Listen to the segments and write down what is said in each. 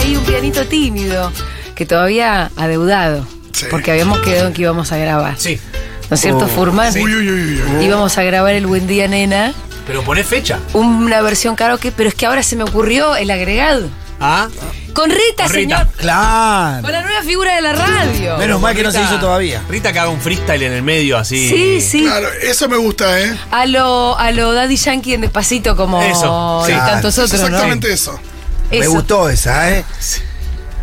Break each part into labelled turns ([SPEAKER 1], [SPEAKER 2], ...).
[SPEAKER 1] chiquito tímido, que todavía adeudado,
[SPEAKER 2] Sí.
[SPEAKER 1] porque habíamos quedado en que íbamos a grabar.
[SPEAKER 3] Sí,
[SPEAKER 1] ¿No es cierto, Furman?
[SPEAKER 2] Uy, uy, uy, uy, uy.
[SPEAKER 1] Íbamos a grabar el Buen Día Nena,
[SPEAKER 3] pero poné fecha.
[SPEAKER 1] una versión karaoke, pero es que ahora se me ocurrió el agregado.
[SPEAKER 3] Ah,
[SPEAKER 1] Con Rita,
[SPEAKER 3] Con Rita.
[SPEAKER 1] señor.
[SPEAKER 2] Claro.
[SPEAKER 1] Con la nueva figura de la radio.
[SPEAKER 4] Menos mal que no se
[SPEAKER 3] Rita-
[SPEAKER 4] hizo todavía.
[SPEAKER 3] Rita que haga un freestyle en el medio así.
[SPEAKER 1] Sí, sí.
[SPEAKER 2] Claro, eso me gusta, ¿eh?
[SPEAKER 1] A lo, a lo Daddy Yankee en despacito como
[SPEAKER 3] Eso,
[SPEAKER 1] y
[SPEAKER 3] sí.
[SPEAKER 1] tantos
[SPEAKER 2] Es
[SPEAKER 1] otros, ¿no?
[SPEAKER 2] exactamente eso.
[SPEAKER 4] Me
[SPEAKER 1] Eso.
[SPEAKER 4] gustó esa, ¿eh?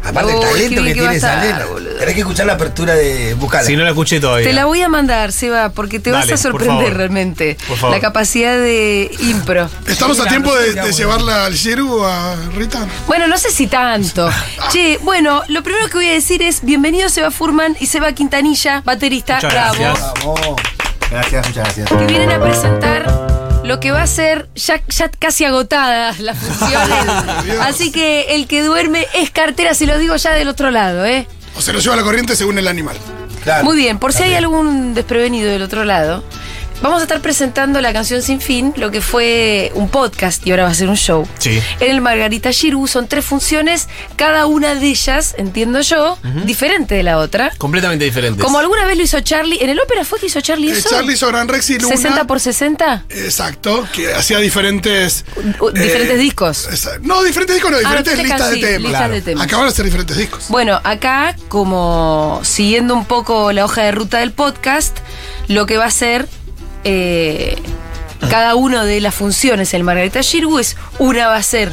[SPEAKER 4] Aparte
[SPEAKER 1] Oh,
[SPEAKER 4] el
[SPEAKER 1] qué
[SPEAKER 4] talento
[SPEAKER 1] bien
[SPEAKER 4] que,
[SPEAKER 1] que va a
[SPEAKER 4] tiene esa
[SPEAKER 1] estar,
[SPEAKER 4] nena.
[SPEAKER 1] boludo.
[SPEAKER 4] Tenés que escuchar la apertura de Buscala.
[SPEAKER 3] Si no la escuché todavía.
[SPEAKER 1] Te la voy a mandar, Seba, porque te vas
[SPEAKER 3] Dale,
[SPEAKER 1] a
[SPEAKER 3] por
[SPEAKER 1] sorprender
[SPEAKER 3] favor.
[SPEAKER 1] realmente.
[SPEAKER 3] Por favor.
[SPEAKER 1] La capacidad de impro.
[SPEAKER 2] Estamos a
[SPEAKER 4] Mira,
[SPEAKER 2] tiempo
[SPEAKER 4] no
[SPEAKER 2] de,
[SPEAKER 4] sería
[SPEAKER 2] de
[SPEAKER 4] bueno.
[SPEAKER 2] llevarla al Yeru a Rita.
[SPEAKER 1] Bueno, no sé si tanto. che, bueno, lo primero que voy a decir es bienvenido Seba Furman y Seba Quintanilla, baterista.
[SPEAKER 3] Muchas
[SPEAKER 1] Bravo.
[SPEAKER 3] gracias.
[SPEAKER 4] Vamos. Gracias, muchas gracias.
[SPEAKER 1] Que vienen a presentar lo que va a ser ya, ya casi agotadas las funciones.
[SPEAKER 2] Dios.
[SPEAKER 1] Así que el que duerme es cartera, se los digo ya del otro lado, ¿eh?
[SPEAKER 2] O se lo lleva a la corriente según el animal.
[SPEAKER 4] Claro.
[SPEAKER 1] Muy bien, por si hay algún desprevenido del otro lado, vamos a estar presentando la canción Sin Fin, lo que fue un podcast y ahora va a ser un show.
[SPEAKER 3] Sí.
[SPEAKER 1] En el Margarita Giru son tres funciones, cada una de ellas, entiendo yo, diferente de la otra.
[SPEAKER 3] Completamente diferentes.
[SPEAKER 1] Como alguna vez lo hizo Charlie, en el ópera fue que hizo Charlie
[SPEAKER 2] Eh,
[SPEAKER 1] eso.
[SPEAKER 2] Charlie Sobran Rex y Luna.
[SPEAKER 1] 60 por 60,
[SPEAKER 2] Exacto, que hacía diferentes.
[SPEAKER 1] u- diferentes
[SPEAKER 2] eh,
[SPEAKER 1] discos. Ah,
[SPEAKER 2] esa- No, diferentes discos, no, diferentes
[SPEAKER 1] no,
[SPEAKER 2] listas,
[SPEAKER 1] sí,
[SPEAKER 2] de temas.
[SPEAKER 1] listas de temas.
[SPEAKER 2] Acá van a ser diferentes discos.
[SPEAKER 1] Bueno, acá, como siguiendo un poco la hoja de ruta del podcast, lo que va a ser eh, cada una de las funciones en Margarita Shirgu es una va a ser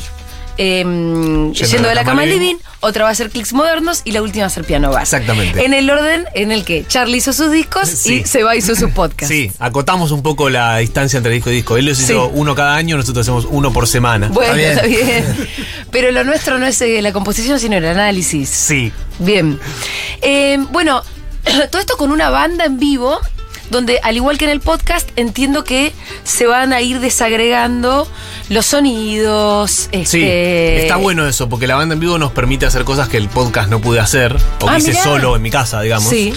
[SPEAKER 1] eh, yendo, de la cama al living, otra va a ser clics modernos y la última va a ser piano bar.
[SPEAKER 3] Exactamente.
[SPEAKER 1] En el orden en el que Charlie hizo sus discos
[SPEAKER 3] Sí.
[SPEAKER 1] y Seba hizo su podcast.
[SPEAKER 3] Sí, acotamos un poco la distancia entre disco y disco. Él los hizo
[SPEAKER 1] Sí.
[SPEAKER 3] uno cada año, nosotros hacemos uno por semana.
[SPEAKER 1] Bueno, está
[SPEAKER 4] Está
[SPEAKER 1] bien. Pero lo nuestro no es eh, la composición, sino el análisis.
[SPEAKER 3] Sí.
[SPEAKER 1] Bien. Eh, bueno, todo esto con una banda en vivo, donde al igual que en el podcast, entiendo que se van a ir desagregando los sonidos.
[SPEAKER 3] Sí,
[SPEAKER 1] este-
[SPEAKER 3] está bueno eso, porque la banda en vivo nos permite hacer cosas que el podcast no pude hacer, o
[SPEAKER 1] Ah,
[SPEAKER 3] que hice
[SPEAKER 1] mirá.
[SPEAKER 3] solo en mi casa, digamos.
[SPEAKER 1] Sí.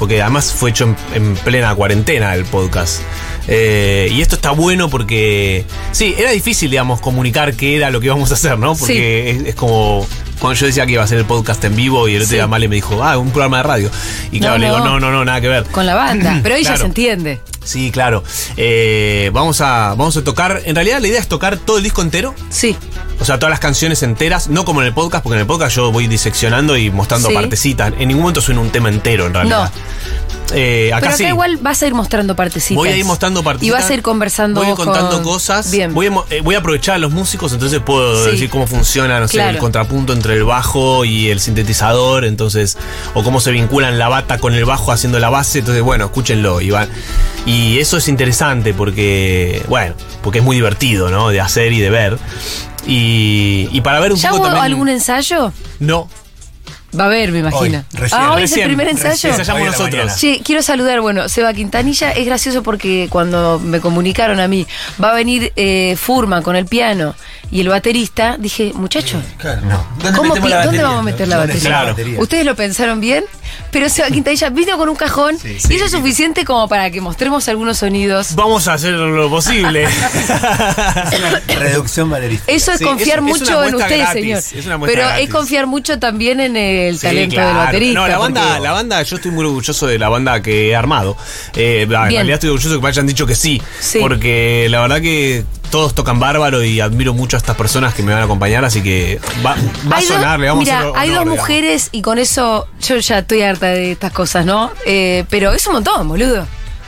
[SPEAKER 3] Porque además fue hecho en, en plena cuarentena el podcast. Eh, y esto está bueno porque, sí, era difícil, digamos, comunicar qué era lo que íbamos a hacer, ¿no? Porque es, es como... Cuando yo decía que iba a hacer el podcast en vivo y el otro
[SPEAKER 1] Sí.
[SPEAKER 3] día Male me dijo, ah, un programa de radio. Y claro,
[SPEAKER 1] No,
[SPEAKER 3] le digo,
[SPEAKER 1] no.
[SPEAKER 3] no, no, no, nada que ver.
[SPEAKER 1] Con la banda, pero ahí ya
[SPEAKER 3] Claro.
[SPEAKER 1] se entiende.
[SPEAKER 3] Sí, claro. Eh, vamos, a, vamos a tocar. En realidad, la idea es tocar todo el disco entero.
[SPEAKER 1] Sí.
[SPEAKER 3] O sea, todas las canciones enteras. No como en el podcast, porque en el podcast yo voy diseccionando y mostrando
[SPEAKER 1] Sí.
[SPEAKER 3] partecitas. En ningún momento suena un tema entero, en realidad. Eh, acá
[SPEAKER 1] pero acá
[SPEAKER 3] sí.
[SPEAKER 1] igual vas a ir mostrando partecitas.
[SPEAKER 3] Voy a ir mostrando
[SPEAKER 1] Y
[SPEAKER 3] partecitas.
[SPEAKER 1] vas a ir conversando.
[SPEAKER 3] Voy a ir
[SPEAKER 1] vos
[SPEAKER 3] contando
[SPEAKER 1] con-
[SPEAKER 3] cosas.
[SPEAKER 1] Bien.
[SPEAKER 3] Voy a, mo- eh, voy a aprovechar a los músicos, entonces puedo
[SPEAKER 1] Sí.
[SPEAKER 3] decir cómo funciona, no sé,
[SPEAKER 1] Claro.
[SPEAKER 3] el contrapunto entre el bajo y el sintetizador, entonces, o cómo se vinculan la bata con el bajo haciendo la base. Entonces, bueno, escúchenlo, Iván. Y eso es interesante porque, bueno, porque es muy divertido, ¿no? De hacer y de ver. Y, y para ver un
[SPEAKER 1] ¿Ya
[SPEAKER 3] poco
[SPEAKER 1] hubo
[SPEAKER 3] también.
[SPEAKER 1] algún ensayo?
[SPEAKER 3] No.
[SPEAKER 1] Va a haber, me imagino.
[SPEAKER 4] recién,
[SPEAKER 1] ah, hoy es
[SPEAKER 3] Recién,
[SPEAKER 1] el primer
[SPEAKER 3] recién
[SPEAKER 1] ensayo.
[SPEAKER 3] ensayamos
[SPEAKER 4] Hoy a la
[SPEAKER 3] nosotros.
[SPEAKER 4] mañana.
[SPEAKER 1] Sí, quiero saludar, bueno, Seba Quintanilla, es gracioso porque cuando me comunicaron a mí, va a venir eh, Furman con el piano y el baterista, dije, muchachos,
[SPEAKER 4] Claro. ¿Dónde,
[SPEAKER 1] ¿cómo
[SPEAKER 4] metemos
[SPEAKER 1] pi- ¿dónde
[SPEAKER 4] la batería?
[SPEAKER 1] vamos a meter la
[SPEAKER 4] ¿Dónde está
[SPEAKER 1] batería?
[SPEAKER 3] Claro.
[SPEAKER 4] batería?
[SPEAKER 1] Ustedes lo pensaron bien, pero Seba Quintanilla vino con un cajón
[SPEAKER 4] Sí,
[SPEAKER 1] y eso es suficiente como para que mostremos algunos sonidos.
[SPEAKER 3] Vamos a hacer lo posible.
[SPEAKER 4] Es una reducción valerista.
[SPEAKER 1] Eso es
[SPEAKER 3] Sí,
[SPEAKER 1] confiar
[SPEAKER 3] es- es
[SPEAKER 1] mucho
[SPEAKER 3] una
[SPEAKER 1] en
[SPEAKER 3] muestra
[SPEAKER 1] ustedes,
[SPEAKER 3] gratis,
[SPEAKER 1] señor.
[SPEAKER 3] es una muestra
[SPEAKER 1] pero es
[SPEAKER 3] gratis.
[SPEAKER 1] confiar mucho también en el
[SPEAKER 3] Sí,
[SPEAKER 1] talento
[SPEAKER 3] claro.
[SPEAKER 1] del baterista.
[SPEAKER 3] No, la banda,
[SPEAKER 1] porque-
[SPEAKER 3] la banda, yo estoy muy orgulloso de la banda que he armado. Eh, en realidad estoy orgulloso de que me hayan dicho que sí,
[SPEAKER 1] Sí.
[SPEAKER 3] Porque la verdad que todos tocan bárbaro y admiro mucho a estas personas que me van a acompañar, así que va, va a
[SPEAKER 1] Hay dos-
[SPEAKER 3] sonar, le vamos a
[SPEAKER 1] mira,
[SPEAKER 3] hacer honor,
[SPEAKER 1] hay dos
[SPEAKER 3] digamos.
[SPEAKER 1] mujeres y con eso yo ya estoy harta de estas cosas, ¿no? Eh, pero es un montón, boludo.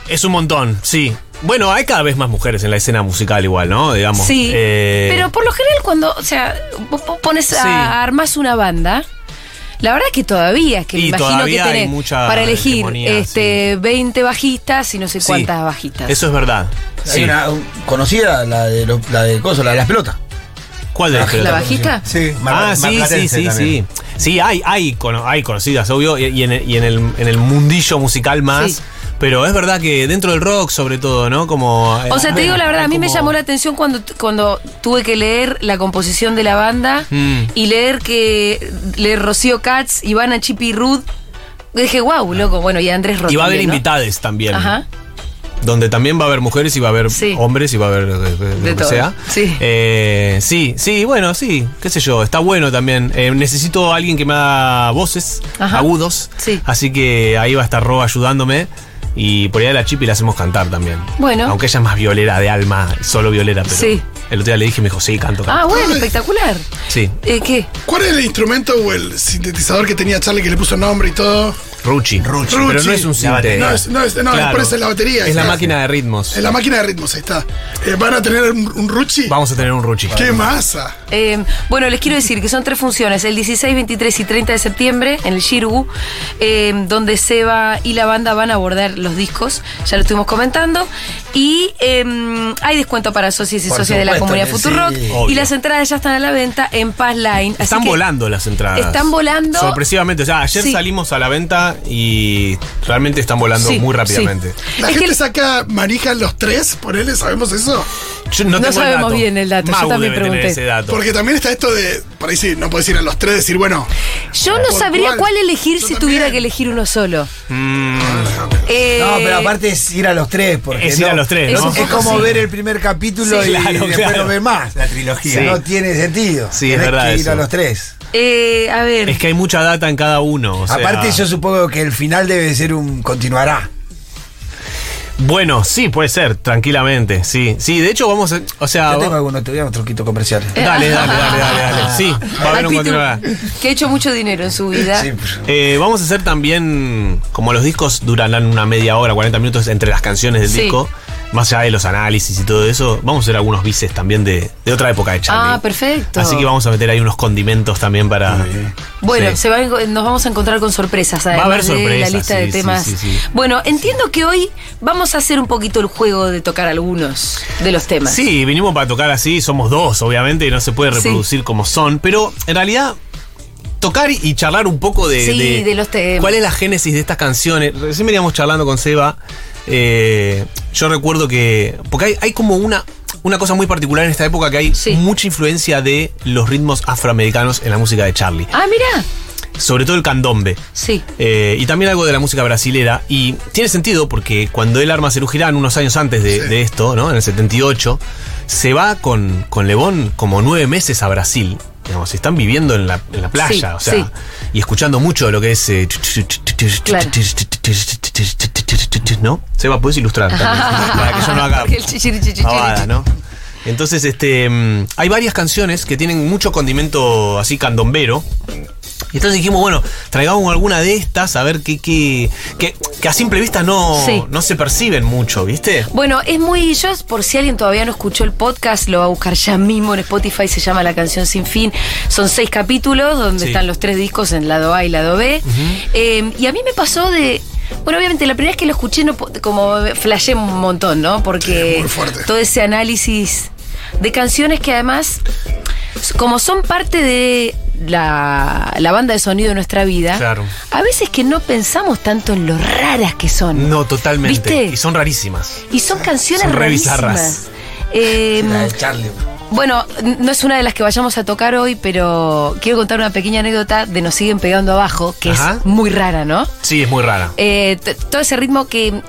[SPEAKER 3] Es un montón, sí. Bueno, hay cada vez más mujeres en la escena musical igual, ¿no? Digamos.
[SPEAKER 1] Sí.
[SPEAKER 3] Eh,
[SPEAKER 1] Pero por lo general cuando, o sea, vos vos pones
[SPEAKER 3] Sí.
[SPEAKER 1] a armás una banda. La verdad que todavía, es que me
[SPEAKER 3] Y
[SPEAKER 1] imagino que
[SPEAKER 3] todavía hay
[SPEAKER 1] tenés
[SPEAKER 3] mucha
[SPEAKER 1] para elegir
[SPEAKER 3] hegemonía,
[SPEAKER 1] este, 20 bajistas y no sé
[SPEAKER 3] sí.
[SPEAKER 1] cuántas bajistas.
[SPEAKER 3] Eso es verdad.
[SPEAKER 4] Hay
[SPEAKER 3] Sí.
[SPEAKER 4] una un- conocida, la de, lo- la de coso, la de las pelotas.
[SPEAKER 3] ¿Cuál de las
[SPEAKER 1] ¿La
[SPEAKER 3] pelotas?
[SPEAKER 1] bajista?
[SPEAKER 4] Sí,
[SPEAKER 3] Ah, sí,
[SPEAKER 4] mar-
[SPEAKER 3] sí,
[SPEAKER 4] marplatense
[SPEAKER 3] sí, sí.
[SPEAKER 4] también.
[SPEAKER 3] Sí, hay, hay, cono- hay conocidas, obvio, y, y en, el- y en el, en el mundillo musical más.
[SPEAKER 1] Sí.
[SPEAKER 3] Pero es verdad que dentro del rock, sobre todo, ¿no? Como. eh,
[SPEAKER 1] O sea, te
[SPEAKER 3] bueno,
[SPEAKER 1] digo la verdad, a mí me
[SPEAKER 3] como-
[SPEAKER 1] llamó la atención cuando, cuando tuve que leer la composición de la banda
[SPEAKER 3] Mm.
[SPEAKER 1] y leer que leer Rocío Katz, Ivana Chipi Ruth. Dije, wow, loco, bueno, y Andrés Roth.
[SPEAKER 3] Y va a haber
[SPEAKER 1] también, ¿no?
[SPEAKER 3] invitades también.
[SPEAKER 1] Ajá.
[SPEAKER 3] donde también va a haber mujeres y va a haber
[SPEAKER 1] Sí.
[SPEAKER 3] hombres y va a haber eh, eh,
[SPEAKER 1] De
[SPEAKER 3] lo que
[SPEAKER 1] todo.
[SPEAKER 3] sea.
[SPEAKER 1] Sí.
[SPEAKER 3] Eh, sí, sí, bueno, sí, qué sé yo, está bueno también. Eh, necesito a alguien que me haga voces
[SPEAKER 1] Ajá.
[SPEAKER 3] agudos,
[SPEAKER 1] Sí.
[SPEAKER 3] así que ahí va a estar Ro ayudándome. Y por ahí a la chip y la hacemos cantar también.
[SPEAKER 1] Bueno.
[SPEAKER 3] Aunque ella es más violera de alma, solo violera, pero
[SPEAKER 1] Sí.
[SPEAKER 3] el otro día le dije y me dijo, sí, canto, canto.
[SPEAKER 1] Ah, bueno, espectacular.
[SPEAKER 3] Sí.
[SPEAKER 1] Eh, ¿Qué?
[SPEAKER 2] ¿Cuál es el instrumento o el sintetizador que tenía Charlie que le puso nombre y todo?
[SPEAKER 3] Ruchi. Ruchi. Pero
[SPEAKER 2] Ruchi.
[SPEAKER 3] no es un
[SPEAKER 2] La
[SPEAKER 3] sinte.
[SPEAKER 2] batería. No es- no es- no, por eso es la batería,
[SPEAKER 3] Es la
[SPEAKER 2] está.
[SPEAKER 3] máquina de ritmos.
[SPEAKER 2] En Eh, la máquina de ritmos, ahí está. Eh, ¿Van a tener un, un Ruchi?
[SPEAKER 3] Vamos a tener un Ruchi.
[SPEAKER 2] ¡Qué masa!
[SPEAKER 1] Eh, bueno, les quiero decir que son tres funciones, el 16, 23 y 30 de septiembre en el Shirgu, eh, donde Seba y la banda van a abordar los discos, ya lo estuvimos comentando, y eh, hay descuento para socios y
[SPEAKER 4] Por
[SPEAKER 1] socias de la
[SPEAKER 4] supuesto
[SPEAKER 1] comunidad
[SPEAKER 4] que
[SPEAKER 1] Futurock,
[SPEAKER 4] sí.
[SPEAKER 1] y
[SPEAKER 3] Obvio.
[SPEAKER 1] las entradas ya están a la venta en Paz Line. así
[SPEAKER 3] Están
[SPEAKER 1] que-
[SPEAKER 3] volando las entradas.
[SPEAKER 1] Están volando.
[SPEAKER 3] Sorpresivamente. O sea, ayer
[SPEAKER 1] Sí.
[SPEAKER 3] salimos a la venta y realmente están volando
[SPEAKER 1] Sí,
[SPEAKER 3] muy
[SPEAKER 1] sí.
[SPEAKER 3] rápidamente.
[SPEAKER 2] ¿La
[SPEAKER 1] Es que
[SPEAKER 2] gente
[SPEAKER 1] el-
[SPEAKER 2] saca manija en los tres? ¿Por él sabemos eso?
[SPEAKER 3] Yo no tengo el
[SPEAKER 1] sabemos
[SPEAKER 3] dato.
[SPEAKER 1] bien el dato, yo
[SPEAKER 3] Magu
[SPEAKER 1] también
[SPEAKER 3] debe tener
[SPEAKER 1] pregunté.
[SPEAKER 3] ese dato.
[SPEAKER 2] Porque también está esto de, por ahí sí, no puedes ir a los tres decir, bueno,
[SPEAKER 1] Yo no
[SPEAKER 2] ¿Por
[SPEAKER 1] sabría
[SPEAKER 2] cuál?
[SPEAKER 1] cuál elegir
[SPEAKER 2] Yo
[SPEAKER 1] si
[SPEAKER 2] también.
[SPEAKER 1] tuviera que elegir uno solo.
[SPEAKER 3] Mm,
[SPEAKER 1] Eh,
[SPEAKER 4] No, pero aparte es ir a los tres. Porque
[SPEAKER 3] Es ir
[SPEAKER 4] no-
[SPEAKER 3] a los tres,
[SPEAKER 1] ¿no?
[SPEAKER 4] Es, es
[SPEAKER 1] Es un
[SPEAKER 4] como
[SPEAKER 1] poco
[SPEAKER 4] ver el primer capítulo
[SPEAKER 3] Sí.
[SPEAKER 4] y
[SPEAKER 3] Claro,
[SPEAKER 4] después
[SPEAKER 3] claro.
[SPEAKER 4] no ver más. La trilogía.
[SPEAKER 3] Sí.
[SPEAKER 4] No tiene sentido.
[SPEAKER 3] Sí, es
[SPEAKER 4] Tenés
[SPEAKER 3] verdad
[SPEAKER 4] que ir
[SPEAKER 3] eso.
[SPEAKER 4] a los tres.
[SPEAKER 1] eh, a ver.
[SPEAKER 3] es que hay mucha data en cada uno. o sea-
[SPEAKER 4] Aparte, yo supongo que el final debe ser un continuará.
[SPEAKER 3] Bueno, sí, puede ser, tranquilamente. Sí, sí. De hecho, vamos a. O sea.
[SPEAKER 4] Yo tengo algunos, te voy a un truquito comercial.
[SPEAKER 3] Dale, dale, dale, dale, dale. Sí, va a haber
[SPEAKER 1] Al
[SPEAKER 3] un
[SPEAKER 1] Pitu,
[SPEAKER 3] control.
[SPEAKER 1] que ha hecho mucho dinero en su vida.
[SPEAKER 4] Sí, pues, pero-
[SPEAKER 3] Eh, vamos a hacer también, como los discos durarán una media hora, 40 minutos entre las canciones del
[SPEAKER 1] Sí.
[SPEAKER 3] disco, más allá de los análisis y todo eso, vamos a hacer algunos bises también de, de otra época de Charlie.
[SPEAKER 1] Ah, perfecto.
[SPEAKER 3] Así que vamos a meter ahí unos condimentos también para...
[SPEAKER 1] Bueno,
[SPEAKER 3] Sí.
[SPEAKER 1] se va a enco- nos vamos a encontrar con sorpresas además
[SPEAKER 3] a haber
[SPEAKER 1] de la
[SPEAKER 3] sorpresas,
[SPEAKER 1] lista de
[SPEAKER 3] sí, sí,
[SPEAKER 1] temas.
[SPEAKER 3] sí, sí.
[SPEAKER 1] Bueno, entiendo que hoy vamos a hacer un poquito el juego de tocar algunos de los temas.
[SPEAKER 3] Sí, vinimos para tocar así, somos dos, obviamente, y no se puede
[SPEAKER 1] Sí.
[SPEAKER 3] reproducir como son, pero en realidad tocar y charlar un poco de,
[SPEAKER 1] Sí, de los temas.
[SPEAKER 3] ¿Cuál es la génesis de estas canciones? Recién veníamos charlando con Seba. eh, yo recuerdo que. Porque hay, hay como una. Una cosa muy particular en esta época que hay
[SPEAKER 1] Sí.
[SPEAKER 3] mucha influencia de los ritmos afroamericanos en la música de Charlie.
[SPEAKER 1] Ah, mira.
[SPEAKER 3] Sobre todo el candombe.
[SPEAKER 1] Sí.
[SPEAKER 3] Eh, y también algo de la música brasilera. Y tiene sentido porque cuando él arma Cerú Girán, unos años antes de,
[SPEAKER 2] Sí.
[SPEAKER 3] de esto, ¿no? En el 78, se va con, con Lebón como nueve meses a Brasil. Digamos, están viviendo en la, en la playa,
[SPEAKER 1] Sí,
[SPEAKER 3] o sea,
[SPEAKER 1] sí.
[SPEAKER 3] y escuchando mucho lo que es. eh,
[SPEAKER 1] Claro.
[SPEAKER 3] ¿No? Seba, puedes ilustrar también, para que yo no haga
[SPEAKER 1] Porque el chichiri, chichiri,
[SPEAKER 3] pavada,
[SPEAKER 1] chichiri.
[SPEAKER 3] ¿no? Entonces, este, mm, hay varias canciones que tienen mucho condimento así candombero. Y entonces dijimos, bueno, traigamos alguna de estas a ver qué. qué- que, que a simple vista no,
[SPEAKER 1] Sí.
[SPEAKER 3] no se perciben mucho, ¿viste?
[SPEAKER 1] Bueno, es muy. Yo, por si alguien todavía no escuchó el podcast, lo va a buscar ya mismo en Spotify. Se llama La Canción Sin Fin. Son seis capítulos donde
[SPEAKER 3] Sí.
[SPEAKER 1] están los tres discos en lado A y lado B. Eh, y a mí me pasó de. Bueno, obviamente la primera vez que lo escuché, no, po- como flashé un montón, ¿no? Porque
[SPEAKER 2] Sí, muy fuerte.
[SPEAKER 1] todo ese análisis de canciones que además, como son parte de la, la banda de sonido de nuestra vida,
[SPEAKER 3] Claro.
[SPEAKER 1] a veces que no pensamos tanto en lo raras que son.
[SPEAKER 3] No, totalmente.
[SPEAKER 1] ¿Viste?
[SPEAKER 3] Y son rarísimas.
[SPEAKER 1] Y son canciones
[SPEAKER 3] Son re
[SPEAKER 1] rarísimas.
[SPEAKER 3] bizarras.
[SPEAKER 1] Eh,
[SPEAKER 4] La de Charlie.
[SPEAKER 1] bueno, n- no es una de las que vayamos a tocar hoy, pero quiero contar una pequeña anécdota de Nos siguen pegando abajo, que
[SPEAKER 3] Ajá.
[SPEAKER 1] es muy rara, ¿no?
[SPEAKER 3] Sí, es muy rara.
[SPEAKER 1] Eh, t- todo ese ritmo que...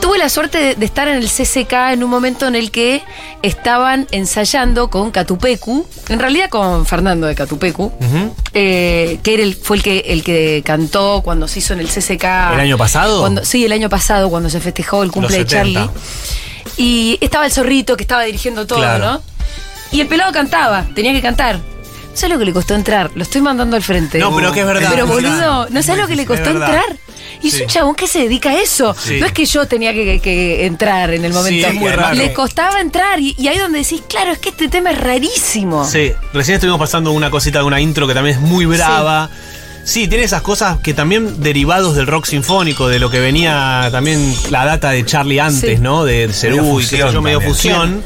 [SPEAKER 1] Tuve la suerte de, de estar en el CCK en un momento en el que estaban ensayando con Catupecu, en realidad con Fernando de Catupecu,
[SPEAKER 3] Ujú.
[SPEAKER 1] eh, que era el- fue el que, el que cantó cuando se hizo en el CCK.
[SPEAKER 3] ¿El año pasado?
[SPEAKER 1] Cuando- sí, el año pasado, cuando se festejó el cumple de
[SPEAKER 3] Los 70.
[SPEAKER 1] Charlie. Y estaba el zorrito que estaba dirigiendo todo,
[SPEAKER 3] Claro.
[SPEAKER 1] ¿no? Y el pelado cantaba, tenía que cantar. No sé lo que le costó entrar, lo estoy mandando al frente.
[SPEAKER 3] No, pero que es verdad.
[SPEAKER 1] Pero
[SPEAKER 3] es
[SPEAKER 1] boludo,
[SPEAKER 3] verdad.
[SPEAKER 1] no sabes lo que le
[SPEAKER 3] Es
[SPEAKER 1] costó
[SPEAKER 3] verdad.
[SPEAKER 1] entrar. Y es
[SPEAKER 3] Sí.
[SPEAKER 1] un chabón que se dedica a eso.
[SPEAKER 3] Sí.
[SPEAKER 1] No es que yo tenía que, que entrar en el
[SPEAKER 3] Sí,
[SPEAKER 1] momento.
[SPEAKER 3] es muy raro.
[SPEAKER 1] Le costaba entrar. Y, y ahí donde decís, claro, es que este tema es rarísimo.
[SPEAKER 3] Sí, recién estuvimos pasando una cosita de una intro que también es muy brava. Sí, tiene esas cosas que también derivados del rock sinfónico, de lo que venía también la data de Charlie antes,
[SPEAKER 1] Sí.
[SPEAKER 3] ¿no? De Cerú y qué sé
[SPEAKER 4] fusión
[SPEAKER 3] yo, medio
[SPEAKER 4] también.
[SPEAKER 3] fusión.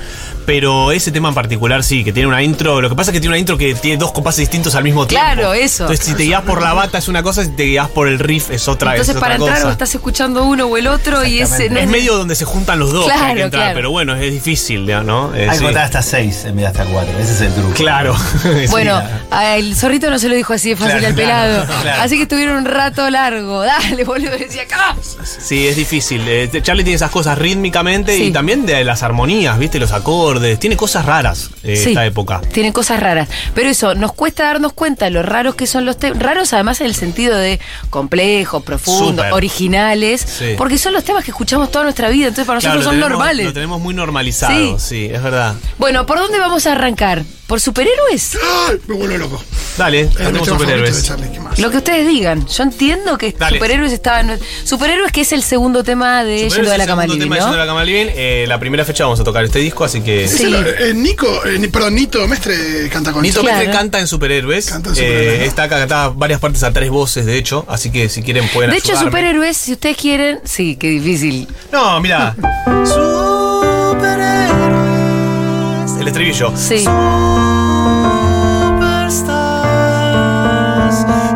[SPEAKER 3] Pero ese tema en particular sí, que tiene una intro. Lo que pasa es que tiene una intro que tiene dos compases distintos al mismo tiempo.
[SPEAKER 1] Claro, eso.
[SPEAKER 3] Entonces, si te guías por la bata es una cosa, si te guías por el riff es otra
[SPEAKER 1] Entonces,
[SPEAKER 3] es otra
[SPEAKER 1] para entrar
[SPEAKER 3] cosa.
[SPEAKER 1] o estás escuchando uno o el otro y ese.
[SPEAKER 3] Es medio donde se juntan los dos que hay
[SPEAKER 1] Claro,
[SPEAKER 3] que entrar,
[SPEAKER 1] claro.
[SPEAKER 3] pero bueno, es difícil, ¿no? Eh,
[SPEAKER 5] Hay
[SPEAKER 3] sí.
[SPEAKER 5] que contar hasta 6 en vez de hasta 4. Ese es el truco.
[SPEAKER 3] Claro. Sí.
[SPEAKER 1] Bueno, el zorrito no se lo dijo así de fácil
[SPEAKER 5] Claro,
[SPEAKER 1] al pelado.
[SPEAKER 5] claro, claro.
[SPEAKER 1] Así que estuvieron un rato largo. Dale, boludo, decía, ¡vamos!
[SPEAKER 3] Sí, es difícil. Eh, Charlie tiene esas cosas rítmicamente
[SPEAKER 1] Sí.
[SPEAKER 3] y también de las armonías, ¿viste? Los acordes. Tiene cosas raras eh,
[SPEAKER 1] Sí,
[SPEAKER 3] esta época.
[SPEAKER 1] Tiene cosas raras. Pero eso, nos cuesta darnos cuenta lo raros que son los temas. Raros además en el sentido de complejos, profundos,
[SPEAKER 3] Súper.
[SPEAKER 1] originales.
[SPEAKER 3] Sí.
[SPEAKER 1] Porque son los temas que escuchamos toda nuestra vida, entonces para nosotros
[SPEAKER 3] Claro, lo
[SPEAKER 1] son
[SPEAKER 3] tenemos-
[SPEAKER 1] normales.
[SPEAKER 3] Lo tenemos muy normalizado,
[SPEAKER 1] Sí.
[SPEAKER 3] sí, es verdad.
[SPEAKER 1] Bueno, ¿por dónde vamos a arrancar? ¿Por superhéroes?
[SPEAKER 2] ¡Ay! Me vuelvo loco. este
[SPEAKER 3] Dale,
[SPEAKER 2] Era mi
[SPEAKER 3] tenemos
[SPEAKER 2] tema favorito de
[SPEAKER 3] superhéroes.
[SPEAKER 2] Charlie, ¿qué más?
[SPEAKER 1] Lo que ustedes digan. Yo entiendo que
[SPEAKER 3] Dale.
[SPEAKER 1] superhéroes estaban. Superhéroes que es el segundo tema de
[SPEAKER 3] Superhéroes
[SPEAKER 1] Yendo de
[SPEAKER 3] es
[SPEAKER 1] la
[SPEAKER 3] el
[SPEAKER 1] Cama
[SPEAKER 3] segundo
[SPEAKER 1] Living,
[SPEAKER 3] tema de
[SPEAKER 1] ¿no?
[SPEAKER 3] Yendo a la Cama Living. Eh, la primera fecha vamos a tocar este disco, así que.
[SPEAKER 1] Sí.
[SPEAKER 2] Ese lo- eh, Nico, eh, ni- perdón, Nito Mestre canta con
[SPEAKER 3] Nito
[SPEAKER 2] Charlie.
[SPEAKER 1] Claro.
[SPEAKER 3] Mestre canta en Superhéroes.
[SPEAKER 2] Canta en Superhéroes,
[SPEAKER 3] Eh,
[SPEAKER 2] ¿no?
[SPEAKER 3] Está cantada varias partes a tres voces, de hecho. Así que si quieren pueden
[SPEAKER 1] De hecho,
[SPEAKER 3] ayudarme.
[SPEAKER 1] superhéroes, si ustedes quieren. Sí, qué difícil.
[SPEAKER 3] No, mira. Superhéroes. El estribillo.
[SPEAKER 1] Sí.
[SPEAKER 3] Superstars.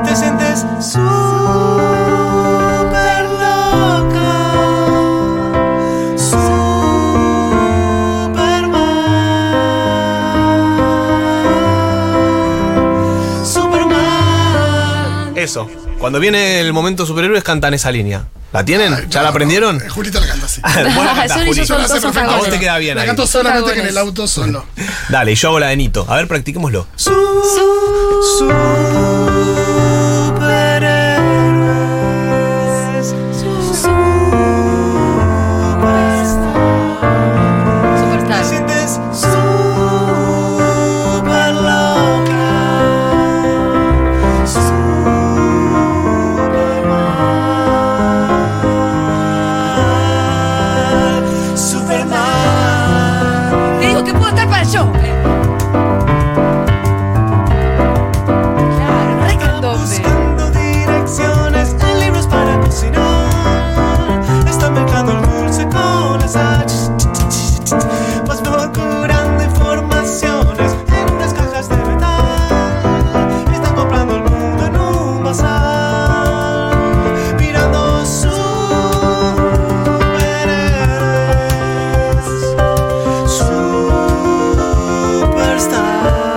[SPEAKER 3] Te sientes super loca. Superman. Superman. Eso. Cuando viene el momento superhéroes cantan esa línea. ¿La tienen?
[SPEAKER 2] Ay,
[SPEAKER 3] ¿Ya
[SPEAKER 2] no,
[SPEAKER 3] la aprendieron?
[SPEAKER 2] no, eh, Julita la canta, sí.
[SPEAKER 3] Vos la cantás,
[SPEAKER 1] Son
[SPEAKER 3] Juli.
[SPEAKER 1] ellos
[SPEAKER 2] Yo la
[SPEAKER 1] dos
[SPEAKER 2] sé perfecto.
[SPEAKER 3] A vos
[SPEAKER 1] famosos.
[SPEAKER 3] te queda bien
[SPEAKER 2] La
[SPEAKER 3] ahí.
[SPEAKER 2] canto solamente que en el
[SPEAKER 1] Fagones.
[SPEAKER 2] auto solo.
[SPEAKER 3] Dale, yo hago la de Nito. A ver, practiquémoslo.
[SPEAKER 1] Superstar. Te digo que puedo estar para el show. eh. Claro, re candombe.
[SPEAKER 6] Buscando direcciones en libros para cocinar. Está mezclando el dulce con la Pues sal. Vas procurando informaciones en unas cajas de metal. Está comprando el mundo en un bazar. Mirando superhéroes, superstars.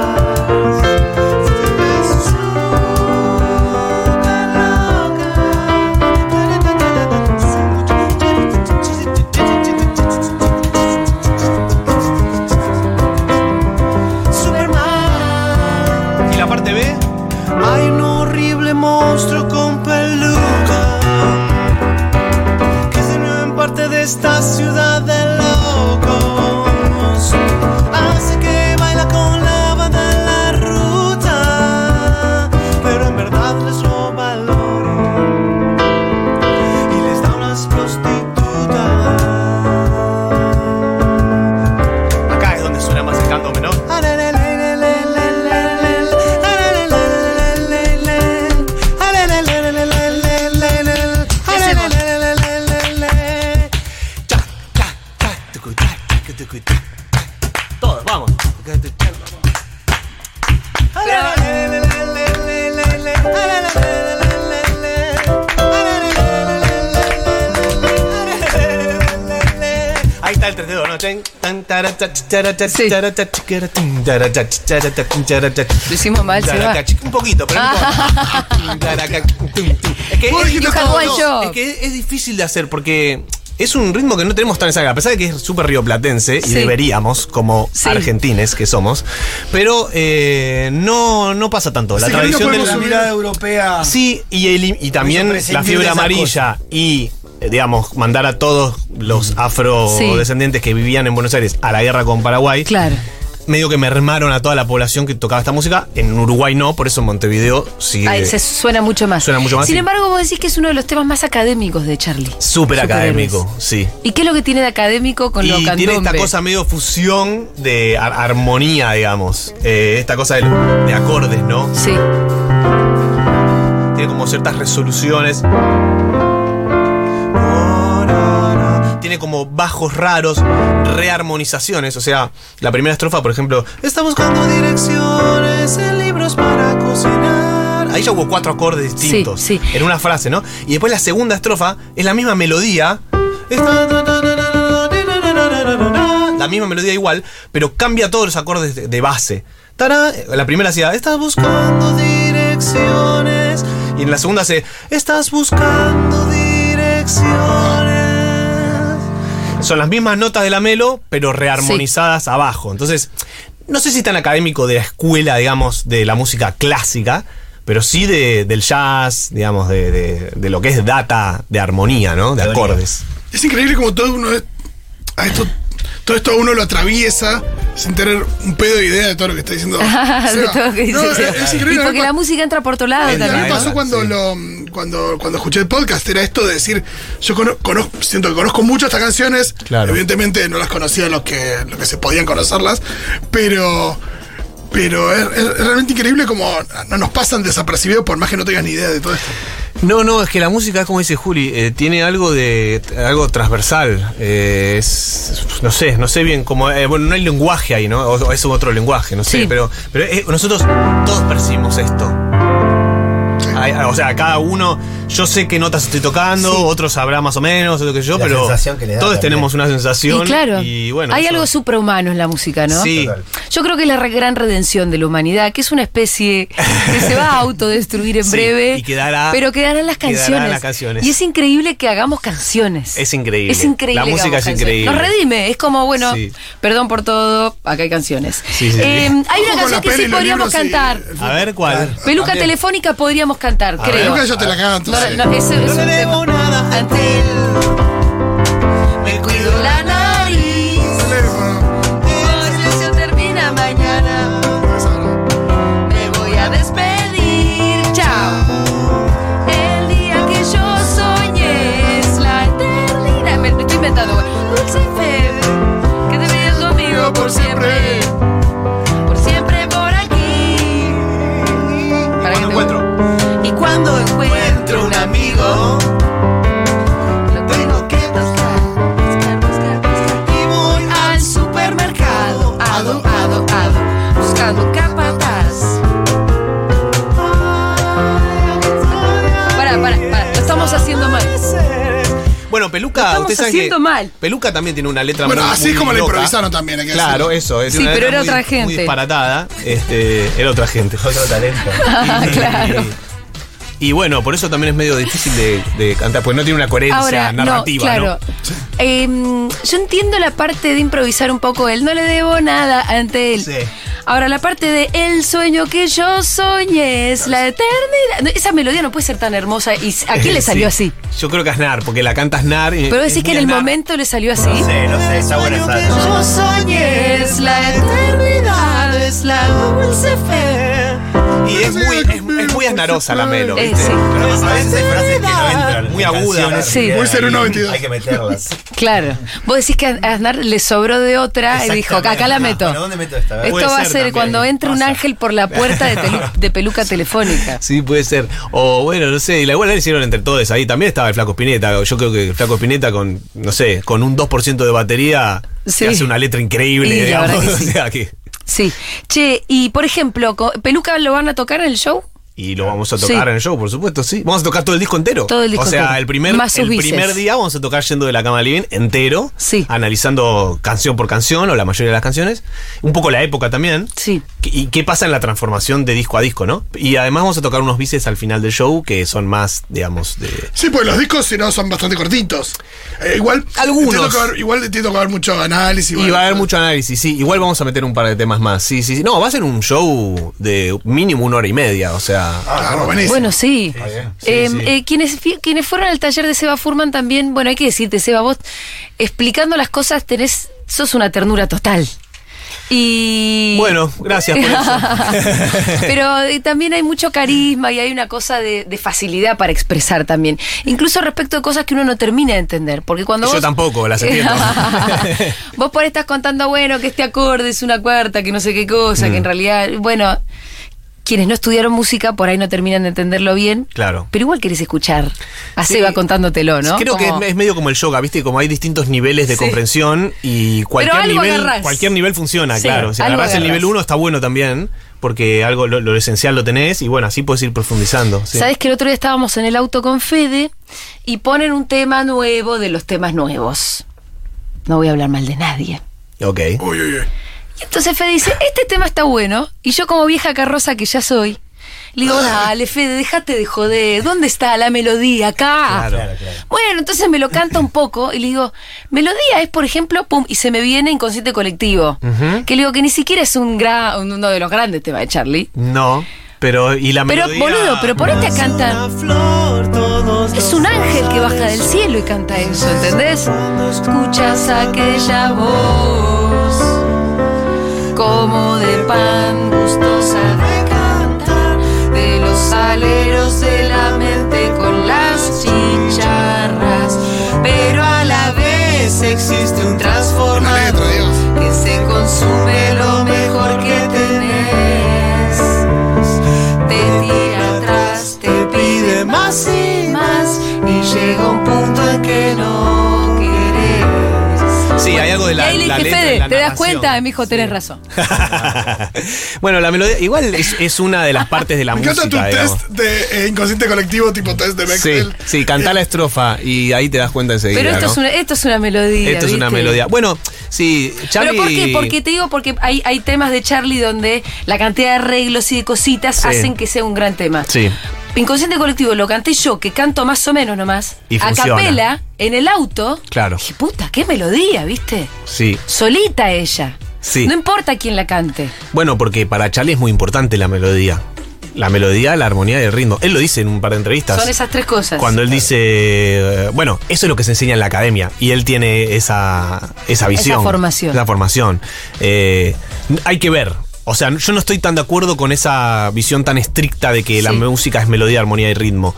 [SPEAKER 6] Superman,
[SPEAKER 3] ¿Y la parte B?
[SPEAKER 6] hay un horrible monstruo con peluca que se mueve en parte de esta ciudad de locos. Hace que baila con la banda en la ruta, pero en verdad les roba valor y les da unas prostitutas.
[SPEAKER 3] Acá es donde suena más el canto menor. Todos, vamos. Ahí está el tres dedos, ¿no? Ten, tan, tara, ta, chara, ta,
[SPEAKER 1] Sí.
[SPEAKER 3] chara, ta, chicara, tin, tara, ta, chicara, ta, tin, tara, ta,
[SPEAKER 1] Lo hicimos mal, se
[SPEAKER 3] tara,
[SPEAKER 1] va.
[SPEAKER 3] ta, chic- Un poquito, pero no importa. Tin, tara, ca, tin, tin. Es que
[SPEAKER 1] Uy,
[SPEAKER 3] es-
[SPEAKER 1] you
[SPEAKER 3] es-
[SPEAKER 1] can one
[SPEAKER 3] no,
[SPEAKER 1] shot.
[SPEAKER 3] es que es- es difícil de hacer porque es un ritmo que no tenemos tan exacto, a pesar de que es súper rioplatense
[SPEAKER 1] Sí.
[SPEAKER 3] y deberíamos, como
[SPEAKER 1] Sí.
[SPEAKER 3] argentines que somos, pero eh, no, no pasa tanto. La
[SPEAKER 2] Sí, que no
[SPEAKER 3] tradición de
[SPEAKER 2] podemos
[SPEAKER 4] La
[SPEAKER 2] subir-
[SPEAKER 4] mirada
[SPEAKER 1] Ah.
[SPEAKER 4] europea.
[SPEAKER 3] Sí, y, el- y
[SPEAKER 4] Hizo
[SPEAKER 3] también
[SPEAKER 4] prescindir
[SPEAKER 3] la
[SPEAKER 4] de
[SPEAKER 3] fiebre
[SPEAKER 4] esas
[SPEAKER 3] amarilla y, eh, digamos, mandar a todos los afrodescendientes que vivían en Buenos Aires a la guerra con Paraguay.
[SPEAKER 1] Claro.
[SPEAKER 3] Medio que mermaron a toda la población que tocaba esta música. En Uruguay no, por eso en Montevideo sigue
[SPEAKER 1] Ahí se suena mucho más.
[SPEAKER 3] Suena mucho más,
[SPEAKER 1] Sin
[SPEAKER 3] sí.
[SPEAKER 1] embargo, vos decís que es uno de los temas más académicos de Charlie.
[SPEAKER 3] súper académico, sí.
[SPEAKER 1] ¿Y qué es lo que tiene de académico con lo
[SPEAKER 3] Y
[SPEAKER 1] candombe?
[SPEAKER 3] tiene esta cosa medio fusión de ar- armonía, digamos. Eh, esta cosa del- de, acordes, ¿no?
[SPEAKER 1] Sí.
[SPEAKER 3] Tiene como ciertas resoluciones. Tiene tiene como bajos raros, rearmonizaciones. O sea, la primera estrofa, por ejemplo,
[SPEAKER 6] Está buscando direcciones en libros para cocinar.
[SPEAKER 3] ahí ya hubo cuatro acordes distintos
[SPEAKER 1] sí.
[SPEAKER 3] en una frase, ¿no? Y después la segunda estrofa es la misma melodía,
[SPEAKER 6] Está- ta- ta- ta- ta- ta- ta- ta- ta- ta- ta- ta- ta.
[SPEAKER 3] la misma melodía igual, pero cambia todos los acordes de, de base. Tará, la primera hacía, estás buscando
[SPEAKER 6] Buscando direcciones.
[SPEAKER 3] Y en la segunda hace,
[SPEAKER 6] Estás buscando direcciones.
[SPEAKER 3] son las mismas notas de la melo, pero rearmonizadas abajo. Entonces, no sé si tan académico de la escuela, digamos, de la música clásica, pero sí de, del jazz, digamos, de, de- de lo que es data de armonía, ¿no? De
[SPEAKER 5] Teoría.
[SPEAKER 3] acordes.
[SPEAKER 2] Es increíble como todo uno es- a esto, todo esto a uno lo atraviesa sin tener un pedo de idea de todo lo que está diciendo.
[SPEAKER 1] de
[SPEAKER 2] Seba.
[SPEAKER 1] todo Ah, lo que dice
[SPEAKER 2] No, es,
[SPEAKER 1] Seba.
[SPEAKER 2] es
[SPEAKER 1] Y
[SPEAKER 2] increíble.
[SPEAKER 1] porque
[SPEAKER 2] ¿no?
[SPEAKER 1] la música entra por otro lado
[SPEAKER 2] A mí
[SPEAKER 1] también.
[SPEAKER 2] me
[SPEAKER 3] Claro,
[SPEAKER 2] pasó cuando,
[SPEAKER 3] sí.
[SPEAKER 2] lo, cuando, cuando escuché el podcast, era esto de decir, yo cono- conozco, siento que conozco mucho estas canciones,
[SPEAKER 3] Claro.
[SPEAKER 2] evidentemente no las conocía los que, los que se podían conocerlas, pero, pero es, es realmente increíble como no nos pasan desapercibidos por más que no tengas ni idea de todo esto.
[SPEAKER 3] No, no, es que la música es como dice Juli, eh, tiene algo de algo transversal. eh, es- no sé, no sé bien cómo. eh, bueno, no hay lenguaje ahí, ¿no? O, o es otro lenguaje, no sé.
[SPEAKER 1] Sí.
[SPEAKER 3] Pero, pero eh, nosotros todos percibimos esto. Ay, ay, o sea, cada uno, yo sé qué notas estoy tocando,
[SPEAKER 5] Sí.
[SPEAKER 3] otro sabrá más o menos, otro que yo,
[SPEAKER 5] La
[SPEAKER 3] pero
[SPEAKER 5] sensación que le da
[SPEAKER 3] todos
[SPEAKER 5] también.
[SPEAKER 3] tenemos una sensación.
[SPEAKER 1] Y claro,
[SPEAKER 3] y bueno,
[SPEAKER 1] hay
[SPEAKER 3] eso-
[SPEAKER 1] algo superhumano en la música, ¿no?
[SPEAKER 3] Sí.
[SPEAKER 5] Total.
[SPEAKER 1] Yo creo que es la re- gran redención de la humanidad, que es una especie que se va a autodestruir en
[SPEAKER 3] Sí,
[SPEAKER 1] breve.
[SPEAKER 3] y quedará-
[SPEAKER 1] pero quedarán las
[SPEAKER 3] quedarán
[SPEAKER 1] canciones.
[SPEAKER 3] las canciones.
[SPEAKER 1] Y es increíble que hagamos canciones.
[SPEAKER 3] Es increíble.
[SPEAKER 1] Es increíble.
[SPEAKER 3] La
[SPEAKER 1] que
[SPEAKER 3] música
[SPEAKER 1] hagamos
[SPEAKER 3] es
[SPEAKER 1] canciones.
[SPEAKER 3] increíble.
[SPEAKER 1] Nos redime. Es como, bueno,
[SPEAKER 3] Sí.
[SPEAKER 1] perdón por todo, acá hay canciones.
[SPEAKER 3] Sí, sí, sí.
[SPEAKER 1] Eh, hay
[SPEAKER 2] Ojo
[SPEAKER 1] una
[SPEAKER 2] con la
[SPEAKER 1] canción que
[SPEAKER 2] peli
[SPEAKER 1] sí
[SPEAKER 2] y los
[SPEAKER 1] podríamos
[SPEAKER 2] libros y-
[SPEAKER 1] cantar.
[SPEAKER 3] A ver cuál.
[SPEAKER 1] Peluca
[SPEAKER 4] También.
[SPEAKER 1] telefónica podríamos cantar,
[SPEAKER 3] A
[SPEAKER 1] creo.
[SPEAKER 2] Nunca yo te la canto.
[SPEAKER 1] No,
[SPEAKER 2] sí.
[SPEAKER 1] no, eh, eso-
[SPEAKER 6] No
[SPEAKER 1] es
[SPEAKER 6] le
[SPEAKER 1] un
[SPEAKER 6] debo
[SPEAKER 1] tema.
[SPEAKER 6] nada a ti. Me cuido
[SPEAKER 1] La
[SPEAKER 6] la
[SPEAKER 1] nariz.
[SPEAKER 2] Teléfono,
[SPEAKER 1] La sesión termina mañana.
[SPEAKER 2] teléfono.
[SPEAKER 1] Me voy a despedir. Chao. El día que yo soñé es la eternidad. Me lo estoy inventando. güey. Dulce fe. Que te veas conmigo por siempre. Por siempre por aquí. Para que te-
[SPEAKER 3] encuentro.
[SPEAKER 1] Y cuando encuentro un amigo, lo tengo que buscar. Buscar, buscar, buscar.
[SPEAKER 6] y voy a-
[SPEAKER 1] Al supermercado. Ado, ado, ado. Buscando capataz. Pará, pará, pará, lo estamos haciendo mal.
[SPEAKER 3] Bueno, Peluca,
[SPEAKER 1] Lo estamos
[SPEAKER 3] ustedes saben
[SPEAKER 1] haciendo
[SPEAKER 3] que
[SPEAKER 1] mal.
[SPEAKER 3] Peluca también tiene una letra
[SPEAKER 2] Bueno,
[SPEAKER 3] muy
[SPEAKER 2] así
[SPEAKER 3] muy
[SPEAKER 2] como la
[SPEAKER 3] loca.
[SPEAKER 2] improvisaron también, hay que
[SPEAKER 3] Claro,
[SPEAKER 2] decirlo.
[SPEAKER 3] eso. Es
[SPEAKER 1] Sí,
[SPEAKER 3] una
[SPEAKER 1] pero
[SPEAKER 3] letra
[SPEAKER 1] era
[SPEAKER 3] muy-
[SPEAKER 1] otra gente.
[SPEAKER 3] Muy disparatada. Este, era otra gente.
[SPEAKER 5] Otro talento.
[SPEAKER 1] Ah, claro.
[SPEAKER 3] Y bueno, por eso también es medio difícil de, de cantar, porque no tiene una coherencia
[SPEAKER 1] Ahora,
[SPEAKER 3] narrativa,
[SPEAKER 1] no,
[SPEAKER 3] ¿no?
[SPEAKER 1] claro. Em, yo entiendo la parte de improvisar un poco él, no le debo nada ante él.
[SPEAKER 3] Sí.
[SPEAKER 1] Ahora, la parte de el sueño que yo soñé es la eternidad. No, esa melodía no puede ser tan hermosa. ¿Y a quién le salió
[SPEAKER 3] Sí.
[SPEAKER 1] así?
[SPEAKER 3] Yo creo que Aznar, porque la canta Aznar. y-
[SPEAKER 1] Pero
[SPEAKER 3] es
[SPEAKER 1] decís que en
[SPEAKER 3] muy
[SPEAKER 1] el
[SPEAKER 3] Aznar.
[SPEAKER 1] momento le salió así.
[SPEAKER 5] No sé, no sé, está buena esa.
[SPEAKER 1] Yo soñé es la eternidad, es la dulce fe.
[SPEAKER 3] Y es muy, es, es muy Aznarosa la melo.
[SPEAKER 1] Eh,
[SPEAKER 3] ¿viste?
[SPEAKER 1] sí,
[SPEAKER 5] Pero a veces hay frases que no entran.
[SPEAKER 3] Muy
[SPEAKER 5] en
[SPEAKER 3] aguda.
[SPEAKER 5] canciones,
[SPEAKER 1] Sí.
[SPEAKER 5] que
[SPEAKER 2] Muy
[SPEAKER 5] hay-
[SPEAKER 2] 092.
[SPEAKER 5] Hay que meterlas.
[SPEAKER 1] claro. Vos decís que a Aznar le sobró de otra y dijo,
[SPEAKER 5] Exactamente.
[SPEAKER 1] acá la meto.
[SPEAKER 5] Bueno, ¿dónde meto esta?
[SPEAKER 1] Esto
[SPEAKER 3] Puede
[SPEAKER 1] va a
[SPEAKER 3] ser
[SPEAKER 1] ser
[SPEAKER 3] también,
[SPEAKER 1] cuando entre un
[SPEAKER 5] pasa.
[SPEAKER 1] ángel por la puerta de, telu- de peluca telefónica.
[SPEAKER 3] Sí, puede ser. O bueno, no sé, y la igual la hicieron entre todos ahí. También estaba el Flaco Spinetta. Yo creo que el Flaco Spinetta con, no sé, con un 2% de batería,
[SPEAKER 1] Sí.
[SPEAKER 3] se hace una letra increíble,
[SPEAKER 1] Y la
[SPEAKER 3] digamos.
[SPEAKER 1] verdad que sí.
[SPEAKER 3] O sea que-
[SPEAKER 1] Sí. Che, y por ejemplo, co- ¿peluca lo van a tocar en el show?
[SPEAKER 3] Y lo vamos a
[SPEAKER 1] Sí.
[SPEAKER 3] tocar en el show, por supuesto, sí. Vamos a tocar todo el disco entero.
[SPEAKER 1] Todo el disco
[SPEAKER 3] O sea,
[SPEAKER 1] entero.
[SPEAKER 3] el, primer,
[SPEAKER 1] Más sus
[SPEAKER 3] el
[SPEAKER 1] bices.
[SPEAKER 3] primer día vamos a tocar yendo de la cama al living entero.
[SPEAKER 1] Sí.
[SPEAKER 3] Analizando canción por canción, o la mayoría de las canciones. Un poco la época también.
[SPEAKER 1] Sí.
[SPEAKER 3] Y qué pasa en la transformación de disco a disco, ¿no? Y además vamos a tocar unos bices al final del show que son más, digamos, de.
[SPEAKER 2] Sí, pues los discos si no son bastante cortitos. Eh, igual
[SPEAKER 3] Algunos.
[SPEAKER 2] entiendo que va a haber- igual entiendo que va a haber mucho análisis.
[SPEAKER 3] Y
[SPEAKER 2] bueno,
[SPEAKER 3] va a haber mucho análisis, sí. Igual vamos a meter un par de temas más. Sí, sí, sí. No, va a ser un show de mínimo una hora y media, o sea.
[SPEAKER 2] Claro, buenísimo.
[SPEAKER 1] Bueno, sí.
[SPEAKER 3] Sí,
[SPEAKER 1] Eh,
[SPEAKER 3] sí.
[SPEAKER 1] eh, quienes, fi- quienes fueron al taller de Seba Furman también, bueno, hay que decirte, Seba, vos explicando las cosas tenés, sos una ternura total. Y.
[SPEAKER 3] Bueno, gracias por eso.
[SPEAKER 1] Pero eh, también hay mucho carisma y hay una cosa de, de facilidad para expresar también. Incluso respecto de cosas que uno no termina de entender. Porque cuando
[SPEAKER 3] Yo
[SPEAKER 1] vos-
[SPEAKER 3] tampoco las entiendo.
[SPEAKER 1] vos por ahí
[SPEAKER 3] Mm.
[SPEAKER 1] estás contando, bueno, que este acorde es una cuarta, que no sé qué cosa, que en realidad, bueno. quienes no estudiaron música por ahí no terminan de entenderlo bien.
[SPEAKER 3] Claro.
[SPEAKER 1] Pero igual querés escuchar a
[SPEAKER 3] Sí.
[SPEAKER 1] Seba contándotelo, ¿no?
[SPEAKER 3] Creo
[SPEAKER 1] Como-
[SPEAKER 3] que es- es medio como el yoga, ¿viste? Como hay distintos niveles de
[SPEAKER 1] Sí.
[SPEAKER 3] comprensión y cualquier
[SPEAKER 1] algo
[SPEAKER 3] nivel,
[SPEAKER 1] agarrás.
[SPEAKER 3] cualquier nivel funciona,
[SPEAKER 1] Sí,
[SPEAKER 3] claro. Si
[SPEAKER 1] algo
[SPEAKER 3] agarrás el
[SPEAKER 1] agarrás.
[SPEAKER 3] nivel 1 está bueno también, porque algo lo, lo esencial lo tenés y bueno, así puedes ir profundizando. sí.
[SPEAKER 1] Sabes que el otro día estábamos en el auto con Fede y ponen un tema nuevo de los temas nuevos. No voy a hablar mal de nadie.
[SPEAKER 3] Ok.
[SPEAKER 2] Uy, uy, uy.
[SPEAKER 1] Y entonces Fede dice, este tema está bueno. Y yo como vieja carroza que ya soy, le digo,
[SPEAKER 3] Ah.
[SPEAKER 1] dale Fede, déjate de joder. ¿Dónde está la melodía? Acá.
[SPEAKER 3] Claro.
[SPEAKER 5] Claro, claro.
[SPEAKER 1] Bueno, entonces me lo canta un poco y le digo, melodía es, por ejemplo, pum, y se me viene inconsciente colectivo. Que le digo que ni siquiera es un gra- uno de los grandes temas de Charlie.
[SPEAKER 3] No, pero y la
[SPEAKER 1] Pero,
[SPEAKER 3] melodía- Ah,
[SPEAKER 1] boludo, pero ponete a cantar.
[SPEAKER 6] Una flor, todos
[SPEAKER 1] Es
[SPEAKER 6] los
[SPEAKER 1] un ángel que baja del cielo y canta eso, ¿entendés? Escuchas aquella voz como de pan gustosa de cantar de los aleros de la mente con las chicharras, pero a la vez existe un
[SPEAKER 2] Una
[SPEAKER 1] transformador
[SPEAKER 2] letra, Dios.
[SPEAKER 1] que se consume lo mejor que tenés. Te tira atrás, te pide más y más, y llega un punto en que no querés.
[SPEAKER 3] Sí, hay algo de la-
[SPEAKER 1] Y ahí le
[SPEAKER 3] la
[SPEAKER 1] dije,
[SPEAKER 3] letra,
[SPEAKER 1] Fede,
[SPEAKER 3] la
[SPEAKER 1] ¿te das
[SPEAKER 3] narración.
[SPEAKER 1] cuenta? Y me dijo, tenés razón.
[SPEAKER 3] bueno, la melodía igual es, es una de las partes de la
[SPEAKER 2] Me
[SPEAKER 3] música.
[SPEAKER 2] encanta tu
[SPEAKER 3] digamos.
[SPEAKER 2] test de eh, inconsciente colectivo, tipo test de
[SPEAKER 3] Sí,
[SPEAKER 2] Bexel.
[SPEAKER 3] sí, cantá la estrofa y ahí te das cuenta enseguida.
[SPEAKER 1] Pero esto,
[SPEAKER 3] ¿no?
[SPEAKER 1] es una, esto es una melodía.
[SPEAKER 3] Esto es una
[SPEAKER 1] ¿viste?
[SPEAKER 3] melodía. Bueno, sí, Charlie.
[SPEAKER 1] Pero ¿por qué? Porque te digo, porque hay, hay temas de Charlie donde la cantidad de arreglos y de cositas
[SPEAKER 3] Sí.
[SPEAKER 1] hacen que sea un gran tema.
[SPEAKER 3] Sí.
[SPEAKER 1] Inconsciente colectivo, lo canté yo, que canto más o menos nomás,
[SPEAKER 3] Y
[SPEAKER 1] a
[SPEAKER 3] funciona.
[SPEAKER 1] capela, en el auto.
[SPEAKER 3] Claro.
[SPEAKER 1] Dije, puta, qué melodía, ¿viste?
[SPEAKER 3] Sí.
[SPEAKER 1] Solita ella.
[SPEAKER 3] Sí.
[SPEAKER 1] No importa quién la cante.
[SPEAKER 3] Bueno, porque para Charlie es muy importante la melodía. La melodía, la armonía y el ritmo. Él lo dice en un par de entrevistas.
[SPEAKER 1] Son esas tres cosas.
[SPEAKER 3] Cuando él dice, eh, bueno, eso es lo que se enseña en la academia. Y él tiene esa, esa visión.
[SPEAKER 1] formación.
[SPEAKER 3] Esa formación. Eh, hay que ver. O sea, yo no estoy tan de acuerdo con esa visión tan estricta de que la
[SPEAKER 1] Sí.
[SPEAKER 3] música es melodía, armonía y ritmo.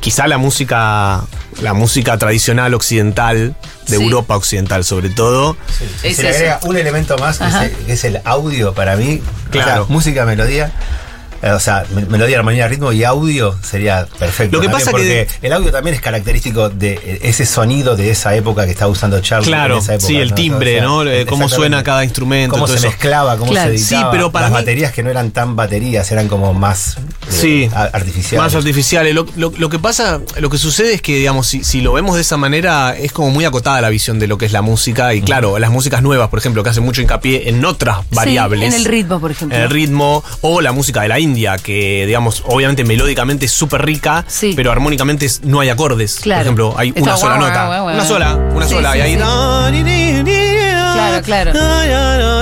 [SPEAKER 3] Quizá la música, la música tradicional occidental, de
[SPEAKER 1] Sí.
[SPEAKER 3] Europa occidental sobre todo,
[SPEAKER 5] Si
[SPEAKER 1] Es
[SPEAKER 5] se le
[SPEAKER 1] eso.
[SPEAKER 5] agrega un elemento más que,
[SPEAKER 1] Ajá.
[SPEAKER 5] se- que es el audio para mí.
[SPEAKER 3] Claro.
[SPEAKER 5] O sea, música, melodía. eh, O sea, me- melodía, armonía, ritmo y audio sería perfecto.
[SPEAKER 3] Lo que
[SPEAKER 5] también,
[SPEAKER 3] pasa que-
[SPEAKER 5] porque el audio también es característico de eh, ese sonido de esa época que está usando Charles.
[SPEAKER 3] Claro,
[SPEAKER 5] en esa época,
[SPEAKER 3] sí, el timbre, ¿no? Eh, cómo
[SPEAKER 5] exactamente.
[SPEAKER 3] suena cada instrumento,
[SPEAKER 5] Cómo
[SPEAKER 3] todo
[SPEAKER 5] se
[SPEAKER 3] eso.
[SPEAKER 5] mezclaba, cómo
[SPEAKER 1] Claro.
[SPEAKER 5] se
[SPEAKER 3] Sí,
[SPEAKER 5] editaba.
[SPEAKER 3] pero para
[SPEAKER 5] Las
[SPEAKER 3] mí-
[SPEAKER 5] baterías que no eran tan baterías, eran como más eh,
[SPEAKER 3] Sí.
[SPEAKER 5] a- artificiales.
[SPEAKER 3] Más artificiales. Lo, lo- lo que pasa, lo que sucede es que, digamos, si, si lo vemos de esa manera, es como muy acotada la visión de lo que es la música. Y claro, las músicas nuevas, por ejemplo, que hacen mucho hincapié en otras variables.
[SPEAKER 1] en el ritmo, por ejemplo.
[SPEAKER 3] El ritmo, o la música de la India, que, digamos, obviamente melódicamente es súper rica,
[SPEAKER 1] Sí.
[SPEAKER 3] pero armónicamente es- no hay acordes.
[SPEAKER 1] Claro.
[SPEAKER 3] Por ejemplo, hay
[SPEAKER 1] Está
[SPEAKER 3] una
[SPEAKER 1] guau,
[SPEAKER 3] sola
[SPEAKER 1] guau,
[SPEAKER 3] nota.
[SPEAKER 1] guau, guau.
[SPEAKER 3] Una sola, una
[SPEAKER 1] Sí,
[SPEAKER 3] sola.
[SPEAKER 1] sí,
[SPEAKER 3] y ahí.
[SPEAKER 1] sí.
[SPEAKER 3] Claro,
[SPEAKER 1] claro.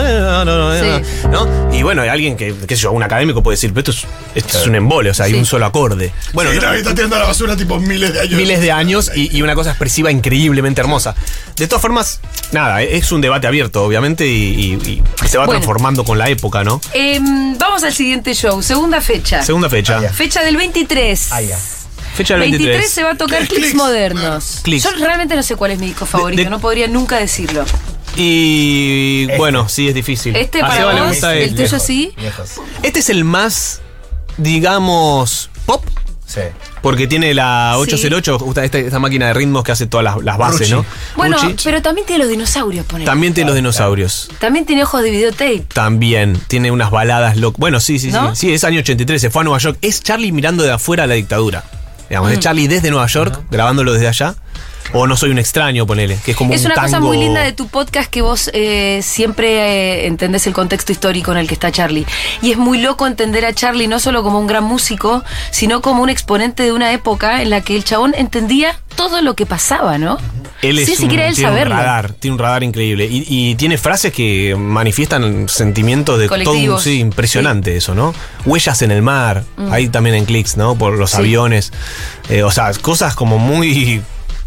[SPEAKER 1] Sí.
[SPEAKER 3] ¿No? Y bueno, hay alguien que, qué sé yo, un académico puede decir, pero esto es, esto es un embole, o sea, hay
[SPEAKER 1] Sí.
[SPEAKER 3] un solo acorde. Bueno,
[SPEAKER 2] Bueno,
[SPEAKER 3] no-
[SPEAKER 2] está tirando a la basura tipo miles de años.
[SPEAKER 3] miles de años y, y una cosa expresiva increíblemente hermosa. De todas formas, nada, e, es un debate abierto, obviamente, y, y- y se va
[SPEAKER 1] Bueno.
[SPEAKER 3] transformando con la época, ¿no?
[SPEAKER 1] Em, vamos al siguiente show, segunda fecha.
[SPEAKER 3] Segunda fecha.
[SPEAKER 5] Ah, ya.
[SPEAKER 1] Fecha del 23.
[SPEAKER 5] Ah, ya.
[SPEAKER 3] Fecha del
[SPEAKER 1] 23.
[SPEAKER 3] 23.
[SPEAKER 1] se va a tocar
[SPEAKER 2] Clics,
[SPEAKER 1] clics,
[SPEAKER 2] clics.
[SPEAKER 1] modernos.
[SPEAKER 3] Clics.
[SPEAKER 1] Yo realmente no sé cuál es mi disco favorito,
[SPEAKER 3] de-
[SPEAKER 1] no podría nunca decirlo.
[SPEAKER 3] Y
[SPEAKER 5] Este.
[SPEAKER 3] bueno, sí, es difícil.
[SPEAKER 1] Este
[SPEAKER 3] A
[SPEAKER 1] para
[SPEAKER 3] Seba le
[SPEAKER 1] vos,
[SPEAKER 3] gusta
[SPEAKER 1] el
[SPEAKER 3] el-
[SPEAKER 1] tuyo sí.
[SPEAKER 5] Lejos.
[SPEAKER 3] Este es el más, digamos, pop.
[SPEAKER 5] Sí.
[SPEAKER 3] Porque tiene la 808, justa- esta, esta máquina de ritmos que hace todas las, las bases,
[SPEAKER 5] Ruchi.
[SPEAKER 3] ¿no?
[SPEAKER 1] Bueno,
[SPEAKER 3] Ruchi.
[SPEAKER 1] pero también tiene los dinosaurios, ponele.
[SPEAKER 3] También tiene los dinosaurios.
[SPEAKER 1] También tiene ojos de videotape.
[SPEAKER 3] También tiene unas baladas locas. Bueno, sí, sí,
[SPEAKER 1] ¿No?
[SPEAKER 3] sí. Sí, es año 83, se fue a Nueva York. Es Charlie mirando de afuera la dictadura. Digamos,
[SPEAKER 1] Mm.
[SPEAKER 3] es Charlie desde Nueva York, grabándolo desde allá. O No Soy un extraño, ponele, que es como
[SPEAKER 1] Es
[SPEAKER 3] un
[SPEAKER 1] una cosa
[SPEAKER 3] tango.
[SPEAKER 1] muy linda de tu podcast que vos eh, siempre eh, entendés el contexto histórico en el que está Charlie. Y es muy loco entender a Charlie no solo como un gran músico, sino como un exponente de una época en la que el chabón entendía todo lo que pasaba, ¿no?
[SPEAKER 3] Él es
[SPEAKER 1] Sin
[SPEAKER 3] un-
[SPEAKER 1] siquiera él
[SPEAKER 3] tiene
[SPEAKER 1] saberlo.
[SPEAKER 3] un radar, tiene un radar increíble. Y, y tiene frases que manifiestan sentimientos de todo un,
[SPEAKER 1] Colectivos. Mm.
[SPEAKER 3] Sí, impresionante eso, ¿no? Huellas en el mar, ahí también en clics, ¿no? Por los aviones. Eh, o sea, cosas como muy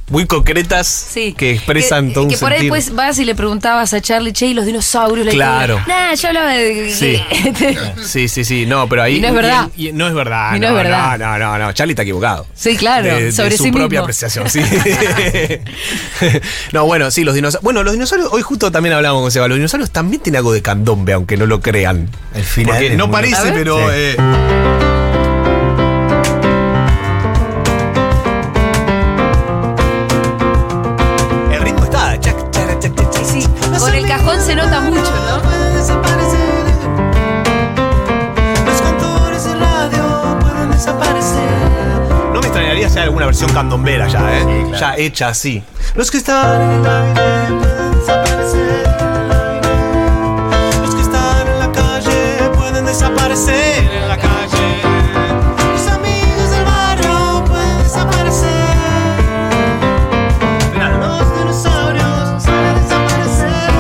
[SPEAKER 3] muy concretas
[SPEAKER 1] Sí.
[SPEAKER 3] que expresan
[SPEAKER 1] que,
[SPEAKER 3] todo un
[SPEAKER 1] que por ahí
[SPEAKER 3] sentir.
[SPEAKER 1] después vas y le preguntabas a Charlie, che, y los dinosaurios. La
[SPEAKER 3] Claro.
[SPEAKER 1] historia?". Nah, yo hablaba de...
[SPEAKER 3] Sí. Sí, sí, sí, no, pero ahí.
[SPEAKER 1] Y no es verdad.
[SPEAKER 3] Y, y no es verdad.
[SPEAKER 1] Y no es verdad.
[SPEAKER 3] No, no, no, no, Charlie está equivocado.
[SPEAKER 1] Sí, claro,
[SPEAKER 3] De- de
[SPEAKER 1] sobre
[SPEAKER 3] su
[SPEAKER 1] sí
[SPEAKER 3] propia
[SPEAKER 1] mismo.
[SPEAKER 3] apreciación, sí. no, bueno, sí, los dinosaurios. Bueno, los dinosaurios, hoy justo también hablábamos con Seba, los dinosaurios también tienen algo de candombe, aunque no lo crean.
[SPEAKER 5] El final
[SPEAKER 3] Porque
[SPEAKER 5] es
[SPEAKER 3] no
[SPEAKER 5] muy-
[SPEAKER 1] A
[SPEAKER 3] parece,
[SPEAKER 1] ver.
[SPEAKER 3] pero.
[SPEAKER 5] Sí.
[SPEAKER 3] eh, el ritmo está. chac, chara, chac, chac, chac.
[SPEAKER 1] Sí, con el cajón se nota mucho, ¿no?
[SPEAKER 6] Desaparecer. Los controles de radio pueden desaparecer.
[SPEAKER 3] No me extrañaría si hay alguna versión candombera ya, ¿eh? Ya hecha así. Los que están en la
[SPEAKER 6] desaparecer. Los que están en la calle pueden desaparecer en la calle. Los amigos del barrio pueden desaparecer. Los dinosaurios saben desaparecer.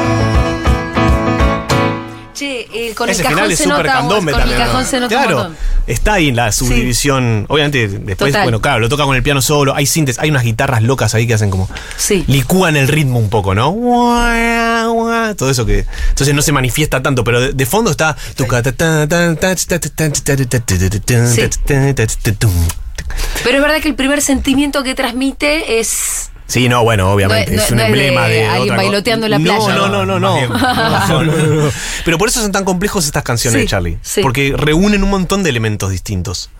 [SPEAKER 1] Che, eh, con
[SPEAKER 3] Ese
[SPEAKER 1] el cajón
[SPEAKER 3] final es
[SPEAKER 1] se
[SPEAKER 3] súper
[SPEAKER 1] nota,
[SPEAKER 3] candombe
[SPEAKER 1] con
[SPEAKER 3] también.
[SPEAKER 1] el cajón
[SPEAKER 3] ¿no?
[SPEAKER 1] se nota un
[SPEAKER 3] Claro,
[SPEAKER 1] montón.
[SPEAKER 3] está ahí la subdivisión. Obviamente, después,
[SPEAKER 1] Total.
[SPEAKER 3] bueno, claro, lo toca con el piano solo. Hay sintes, hay unas guitarras locas ahí que hacen como.
[SPEAKER 1] Sí.
[SPEAKER 3] Licúan el ritmo un poco, ¿no? Guau, guau, Todo eso que. Entonces no se manifiesta tanto, pero de, de fondo está.
[SPEAKER 1] Pero es verdad que el primer sentimiento que transmite es.
[SPEAKER 3] Sí, no, bueno, obviamente.
[SPEAKER 1] No es-
[SPEAKER 3] es un
[SPEAKER 1] no es de
[SPEAKER 3] emblema de.
[SPEAKER 1] alguien
[SPEAKER 3] otra co-
[SPEAKER 1] bailoteando en la
[SPEAKER 3] No,
[SPEAKER 1] playa.
[SPEAKER 3] No, no, no, no. No, no, no. Pero por eso son tan complejos estas canciones,
[SPEAKER 1] Sí,
[SPEAKER 3] Charlie.
[SPEAKER 1] sí.
[SPEAKER 3] Porque reúnen un montón de elementos distintos.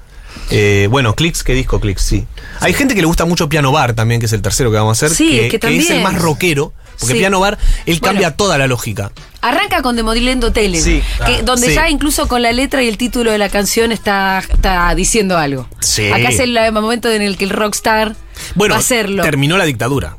[SPEAKER 3] Eh, bueno, Clicks, ¿qué disco Clicks? Sí. Hay gente que le gusta mucho Piano Bar también, que es el tercero que vamos a hacer.
[SPEAKER 1] Sí, que
[SPEAKER 3] es el
[SPEAKER 1] también.
[SPEAKER 3] más rockero. Porque
[SPEAKER 1] Sí.
[SPEAKER 3] Piano Bar, él
[SPEAKER 1] Bueno.
[SPEAKER 3] cambia toda la lógica.
[SPEAKER 1] Arranca con Demodilendo Tele,
[SPEAKER 3] Sí,
[SPEAKER 1] que, donde
[SPEAKER 3] sí.
[SPEAKER 1] ya incluso con la letra y el título de la canción está, está diciendo algo.
[SPEAKER 3] Sí.
[SPEAKER 1] Acá es el eh, momento en el que el rockstar
[SPEAKER 3] Bueno,
[SPEAKER 1] va a hacerlo.
[SPEAKER 3] terminó la dictadura.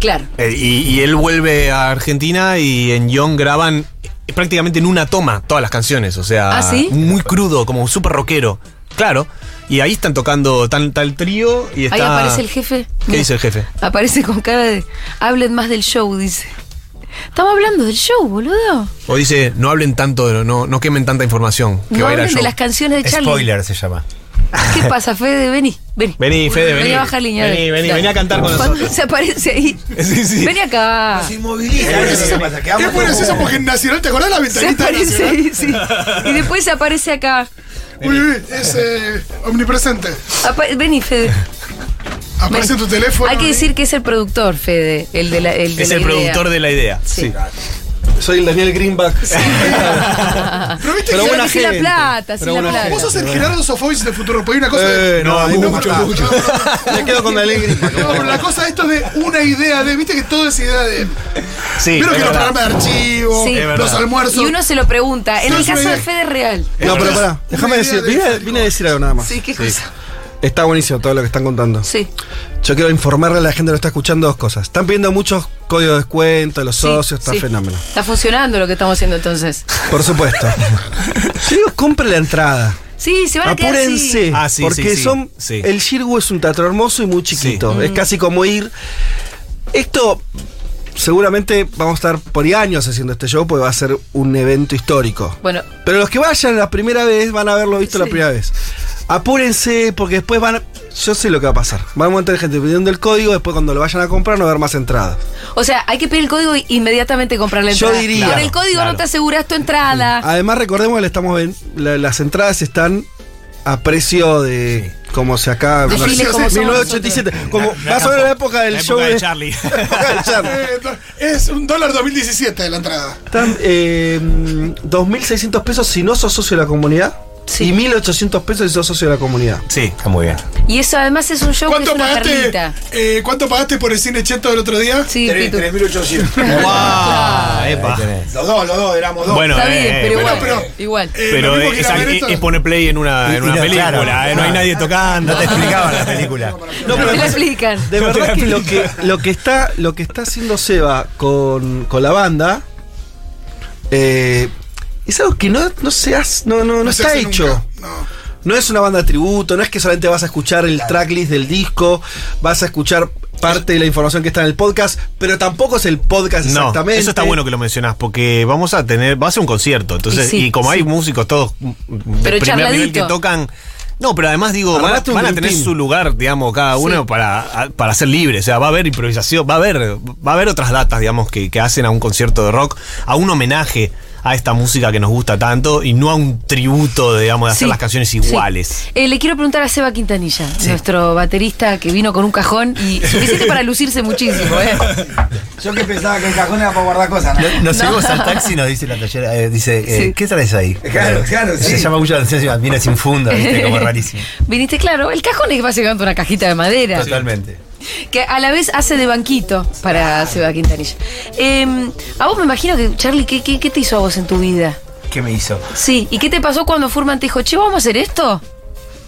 [SPEAKER 1] Claro.
[SPEAKER 3] Eh, y, y él vuelve a Argentina y en Young graban eh, prácticamente en una toma todas las canciones. O sea,
[SPEAKER 1] ¿Ah, sí?
[SPEAKER 3] muy crudo, como súper rockero. Claro. Y ahí están tocando tan, tal trío y está.
[SPEAKER 1] Ahí aparece el jefe.
[SPEAKER 3] ¿Qué
[SPEAKER 1] Mira.
[SPEAKER 3] dice el jefe?
[SPEAKER 1] Aparece con cara de. Hablen más del show, dice. Estamos hablando del show, boludo.
[SPEAKER 3] O dice, no hablen tanto, de lo- no, no quemen tanta información. Que
[SPEAKER 1] No
[SPEAKER 3] va a ir al
[SPEAKER 1] hablen de
[SPEAKER 3] show".
[SPEAKER 1] las canciones de Charlie.
[SPEAKER 5] Spoiler se llama.
[SPEAKER 1] ¿Qué pasa, Fede? Vení, vení.
[SPEAKER 3] Vení, Fede, vení.
[SPEAKER 1] Vení a bajar línea.
[SPEAKER 3] Vení, vení, vení a cantar con
[SPEAKER 1] Cuando
[SPEAKER 3] nosotros.
[SPEAKER 1] se aparece ahí.
[SPEAKER 3] Sí, sí.
[SPEAKER 1] Vení acá.
[SPEAKER 5] inmoviliza.
[SPEAKER 2] es eso? Es bueno es eso porque en Nacional, ¿te acordás la
[SPEAKER 1] Se
[SPEAKER 2] ventanita de
[SPEAKER 1] aparece
[SPEAKER 2] Nacional?
[SPEAKER 1] ahí, sí. Y después aparece acá.
[SPEAKER 2] Uy, uy, es eh, omnipresente.
[SPEAKER 1] Apa- vení, Fede.
[SPEAKER 2] Aparece en tu teléfono. ¿eh?
[SPEAKER 1] Hay que decir que es el productor, Fede. El de la, el de
[SPEAKER 3] Es
[SPEAKER 1] la
[SPEAKER 3] el
[SPEAKER 1] idea.
[SPEAKER 3] productor de la idea. Sí.
[SPEAKER 4] Soy el Daniel Greenback.
[SPEAKER 2] Pero viste
[SPEAKER 4] Pero
[SPEAKER 2] que
[SPEAKER 4] buena
[SPEAKER 1] Pero sin la
[SPEAKER 4] gente.
[SPEAKER 1] plata, sin
[SPEAKER 4] Pero
[SPEAKER 1] la
[SPEAKER 4] buena
[SPEAKER 1] plata.
[SPEAKER 2] vos
[SPEAKER 4] gente.
[SPEAKER 2] sos el Gerardo Sofovich de Futuro. Porque hay una cosa de.
[SPEAKER 4] Eh, no,
[SPEAKER 2] ahí
[SPEAKER 4] mucho,
[SPEAKER 2] pará.
[SPEAKER 4] mucho. Me quedo con Daniel Greenback.
[SPEAKER 2] No, pero la cosa de esto es de una idea de, viste que todo es idea de.
[SPEAKER 3] Sí,
[SPEAKER 2] Vieron
[SPEAKER 3] es
[SPEAKER 2] que los
[SPEAKER 3] verdad.
[SPEAKER 2] programas de archivo,
[SPEAKER 1] Sí. Es
[SPEAKER 2] los
[SPEAKER 3] verdad.
[SPEAKER 2] almuerzos.
[SPEAKER 1] Y uno se lo pregunta. En
[SPEAKER 2] No,
[SPEAKER 1] el
[SPEAKER 2] es una
[SPEAKER 1] caso de
[SPEAKER 2] idea.
[SPEAKER 1] Fede es real.
[SPEAKER 4] No, pero pará, déjame
[SPEAKER 2] Una
[SPEAKER 4] decir,
[SPEAKER 2] idea de
[SPEAKER 4] vine,
[SPEAKER 2] Federico.
[SPEAKER 4] vine a decir algo nada más.
[SPEAKER 1] Sí, qué cosa.
[SPEAKER 4] Está buenísimo todo lo que están contando.
[SPEAKER 1] Sí.
[SPEAKER 4] Yo quiero informarle a la gente que lo está escuchando dos cosas. Están pidiendo muchos códigos de descuento, los socios, está
[SPEAKER 1] sí.
[SPEAKER 4] fenómeno.
[SPEAKER 1] Está funcionando lo que estamos haciendo entonces.
[SPEAKER 4] Por supuesto. Yo digo, compre la entrada.
[SPEAKER 1] Sí, se van a quedar
[SPEAKER 4] Apúrense.
[SPEAKER 1] así.
[SPEAKER 3] Ah, sí,
[SPEAKER 4] porque
[SPEAKER 3] sí, sí,
[SPEAKER 4] son.
[SPEAKER 3] sí.
[SPEAKER 4] El Shirgu es un teatro hermoso y muy chiquito.
[SPEAKER 1] Mm.
[SPEAKER 4] Es casi como ir. Esto. Seguramente vamos a estar por años haciendo este show porque va a ser un evento histórico.
[SPEAKER 1] Bueno,
[SPEAKER 4] Pero los que vayan la primera vez van a haberlo visto la
[SPEAKER 1] Sí.
[SPEAKER 4] primera vez. Apúrense, porque después van. a- Yo sé lo que va a pasar. Van a montar gente pidiendo el código, después cuando lo vayan a comprar no va a haber más entradas.
[SPEAKER 1] o sea, hay que pedir el código e inmediatamente comprar la
[SPEAKER 4] Yo
[SPEAKER 1] entrada.
[SPEAKER 4] diría.
[SPEAKER 1] Con el código
[SPEAKER 3] Claro.
[SPEAKER 1] no te aseguras tu
[SPEAKER 6] Ah,
[SPEAKER 1] entrada.
[SPEAKER 4] Además, recordemos que le estamos ven- la- las entradas están a precio de. Como se acá.
[SPEAKER 1] De
[SPEAKER 2] Chile, como somos
[SPEAKER 4] 1987. Como
[SPEAKER 3] La- la
[SPEAKER 4] más o menos
[SPEAKER 3] capo-
[SPEAKER 4] la época del
[SPEAKER 3] la época
[SPEAKER 4] show.
[SPEAKER 3] de
[SPEAKER 4] de-
[SPEAKER 3] Charlie.
[SPEAKER 4] la época del Charlie.
[SPEAKER 2] Eh, do- Es un dólar 2017 la entrada.
[SPEAKER 4] Están eh, 2.600 pesos si no sos socio de la comunidad.
[SPEAKER 1] Sí.
[SPEAKER 4] Y 1.800 pesos si sos socio de la comunidad.
[SPEAKER 3] Sí.
[SPEAKER 5] Está muy bien.
[SPEAKER 1] Y eso además es un show que es
[SPEAKER 2] ¿Cuánto
[SPEAKER 1] una
[SPEAKER 2] pagaste,
[SPEAKER 1] perlita.
[SPEAKER 2] eh, ¿Cuánto pagaste por el cine cheto del otro día?
[SPEAKER 1] Sí, Pitu.
[SPEAKER 7] 3.800.
[SPEAKER 3] ¡Guau! Ah, Epa.
[SPEAKER 7] Los dos, los dos, éramos dos.
[SPEAKER 3] Bueno,
[SPEAKER 1] Está
[SPEAKER 3] eh,
[SPEAKER 1] bien,
[SPEAKER 3] eh,
[SPEAKER 1] pero,
[SPEAKER 3] bueno.
[SPEAKER 1] igual,
[SPEAKER 2] bueno, pero-
[SPEAKER 1] igual.
[SPEAKER 2] Eh, lo
[SPEAKER 3] Pero
[SPEAKER 2] mismo que
[SPEAKER 3] es,
[SPEAKER 2] ir a ver
[SPEAKER 3] es-
[SPEAKER 2] esto-
[SPEAKER 3] es poner play en una,
[SPEAKER 5] Y-
[SPEAKER 3] en
[SPEAKER 5] y
[SPEAKER 3] una
[SPEAKER 5] no,
[SPEAKER 3] película,
[SPEAKER 5] claro.
[SPEAKER 3] eh, no hay nadie tocando.
[SPEAKER 5] No te explicaba la película.
[SPEAKER 4] No,
[SPEAKER 1] No
[SPEAKER 4] pero
[SPEAKER 1] te lo
[SPEAKER 4] además-
[SPEAKER 1] explican.
[SPEAKER 4] De
[SPEAKER 3] No
[SPEAKER 4] verdad
[SPEAKER 3] te
[SPEAKER 4] que
[SPEAKER 3] la
[SPEAKER 4] lo, que lo que está lo que está haciendo Seba con, con la banda eh, es algo que no, no se hace, no, no, no
[SPEAKER 2] se
[SPEAKER 4] está
[SPEAKER 2] hace
[SPEAKER 4] hecho.
[SPEAKER 2] nunca. No.
[SPEAKER 4] No es una banda de tributo, no es que solamente vas a escuchar el tracklist del disco, vas a escuchar parte de la información que está en el podcast, pero tampoco es el podcast
[SPEAKER 3] No,
[SPEAKER 4] exactamente.
[SPEAKER 3] eso está bueno que lo mencionás, porque vamos a tener, va a ser un concierto, entonces,
[SPEAKER 1] Y
[SPEAKER 3] y,
[SPEAKER 1] sí,
[SPEAKER 3] como
[SPEAKER 1] sí.
[SPEAKER 3] hay músicos todos mm, de
[SPEAKER 1] Pero
[SPEAKER 3] primer nivel que
[SPEAKER 1] charladito.
[SPEAKER 3] tocan, No, pero además digo, van, a-
[SPEAKER 4] Armaste un
[SPEAKER 3] van a
[SPEAKER 4] Dream
[SPEAKER 3] tener
[SPEAKER 4] Team.
[SPEAKER 3] su lugar, digamos, cada uno para, a- para ser libre. O sea, va a haber improvisación, va a haber, va a haber otras datas, digamos, que, que hacen a un concierto de rock, a un homenaje a esta música que nos gusta tanto y no a un tributo, digamos, de hacer
[SPEAKER 1] Sí,
[SPEAKER 3] las canciones
[SPEAKER 1] sí.
[SPEAKER 3] iguales.
[SPEAKER 1] Eh, le quiero preguntar a Seba Quintanilla, nuestro baterista que vino con un cajón y suficiente para lucirse muchísimo, ¿eh?
[SPEAKER 7] Yo que pensaba que el cajón era para guardar cosas, ¿no?
[SPEAKER 5] No- Nos subimos al taxi y nos dice la tallera, eh, dice, eh,
[SPEAKER 1] Sí.
[SPEAKER 5] ¿qué traes ahí?
[SPEAKER 7] Claro, claro, sí.
[SPEAKER 5] Se llama mucho la atención, encima viene sin funda, viste, como rarísimo.
[SPEAKER 1] Viniste, claro, el cajón es básicamente una cajita de madera.
[SPEAKER 5] Totalmente.
[SPEAKER 1] Que a la vez hace de banquito para Seba Quintanilla. Eh, a vos me imagino que, Charlie, ¿qué, qué, qué te hizo a vos en tu vida?
[SPEAKER 5] ¿Qué me hizo?
[SPEAKER 1] Sí, ¿y qué te pasó cuando Furman te dijo, che, vamos a hacer esto?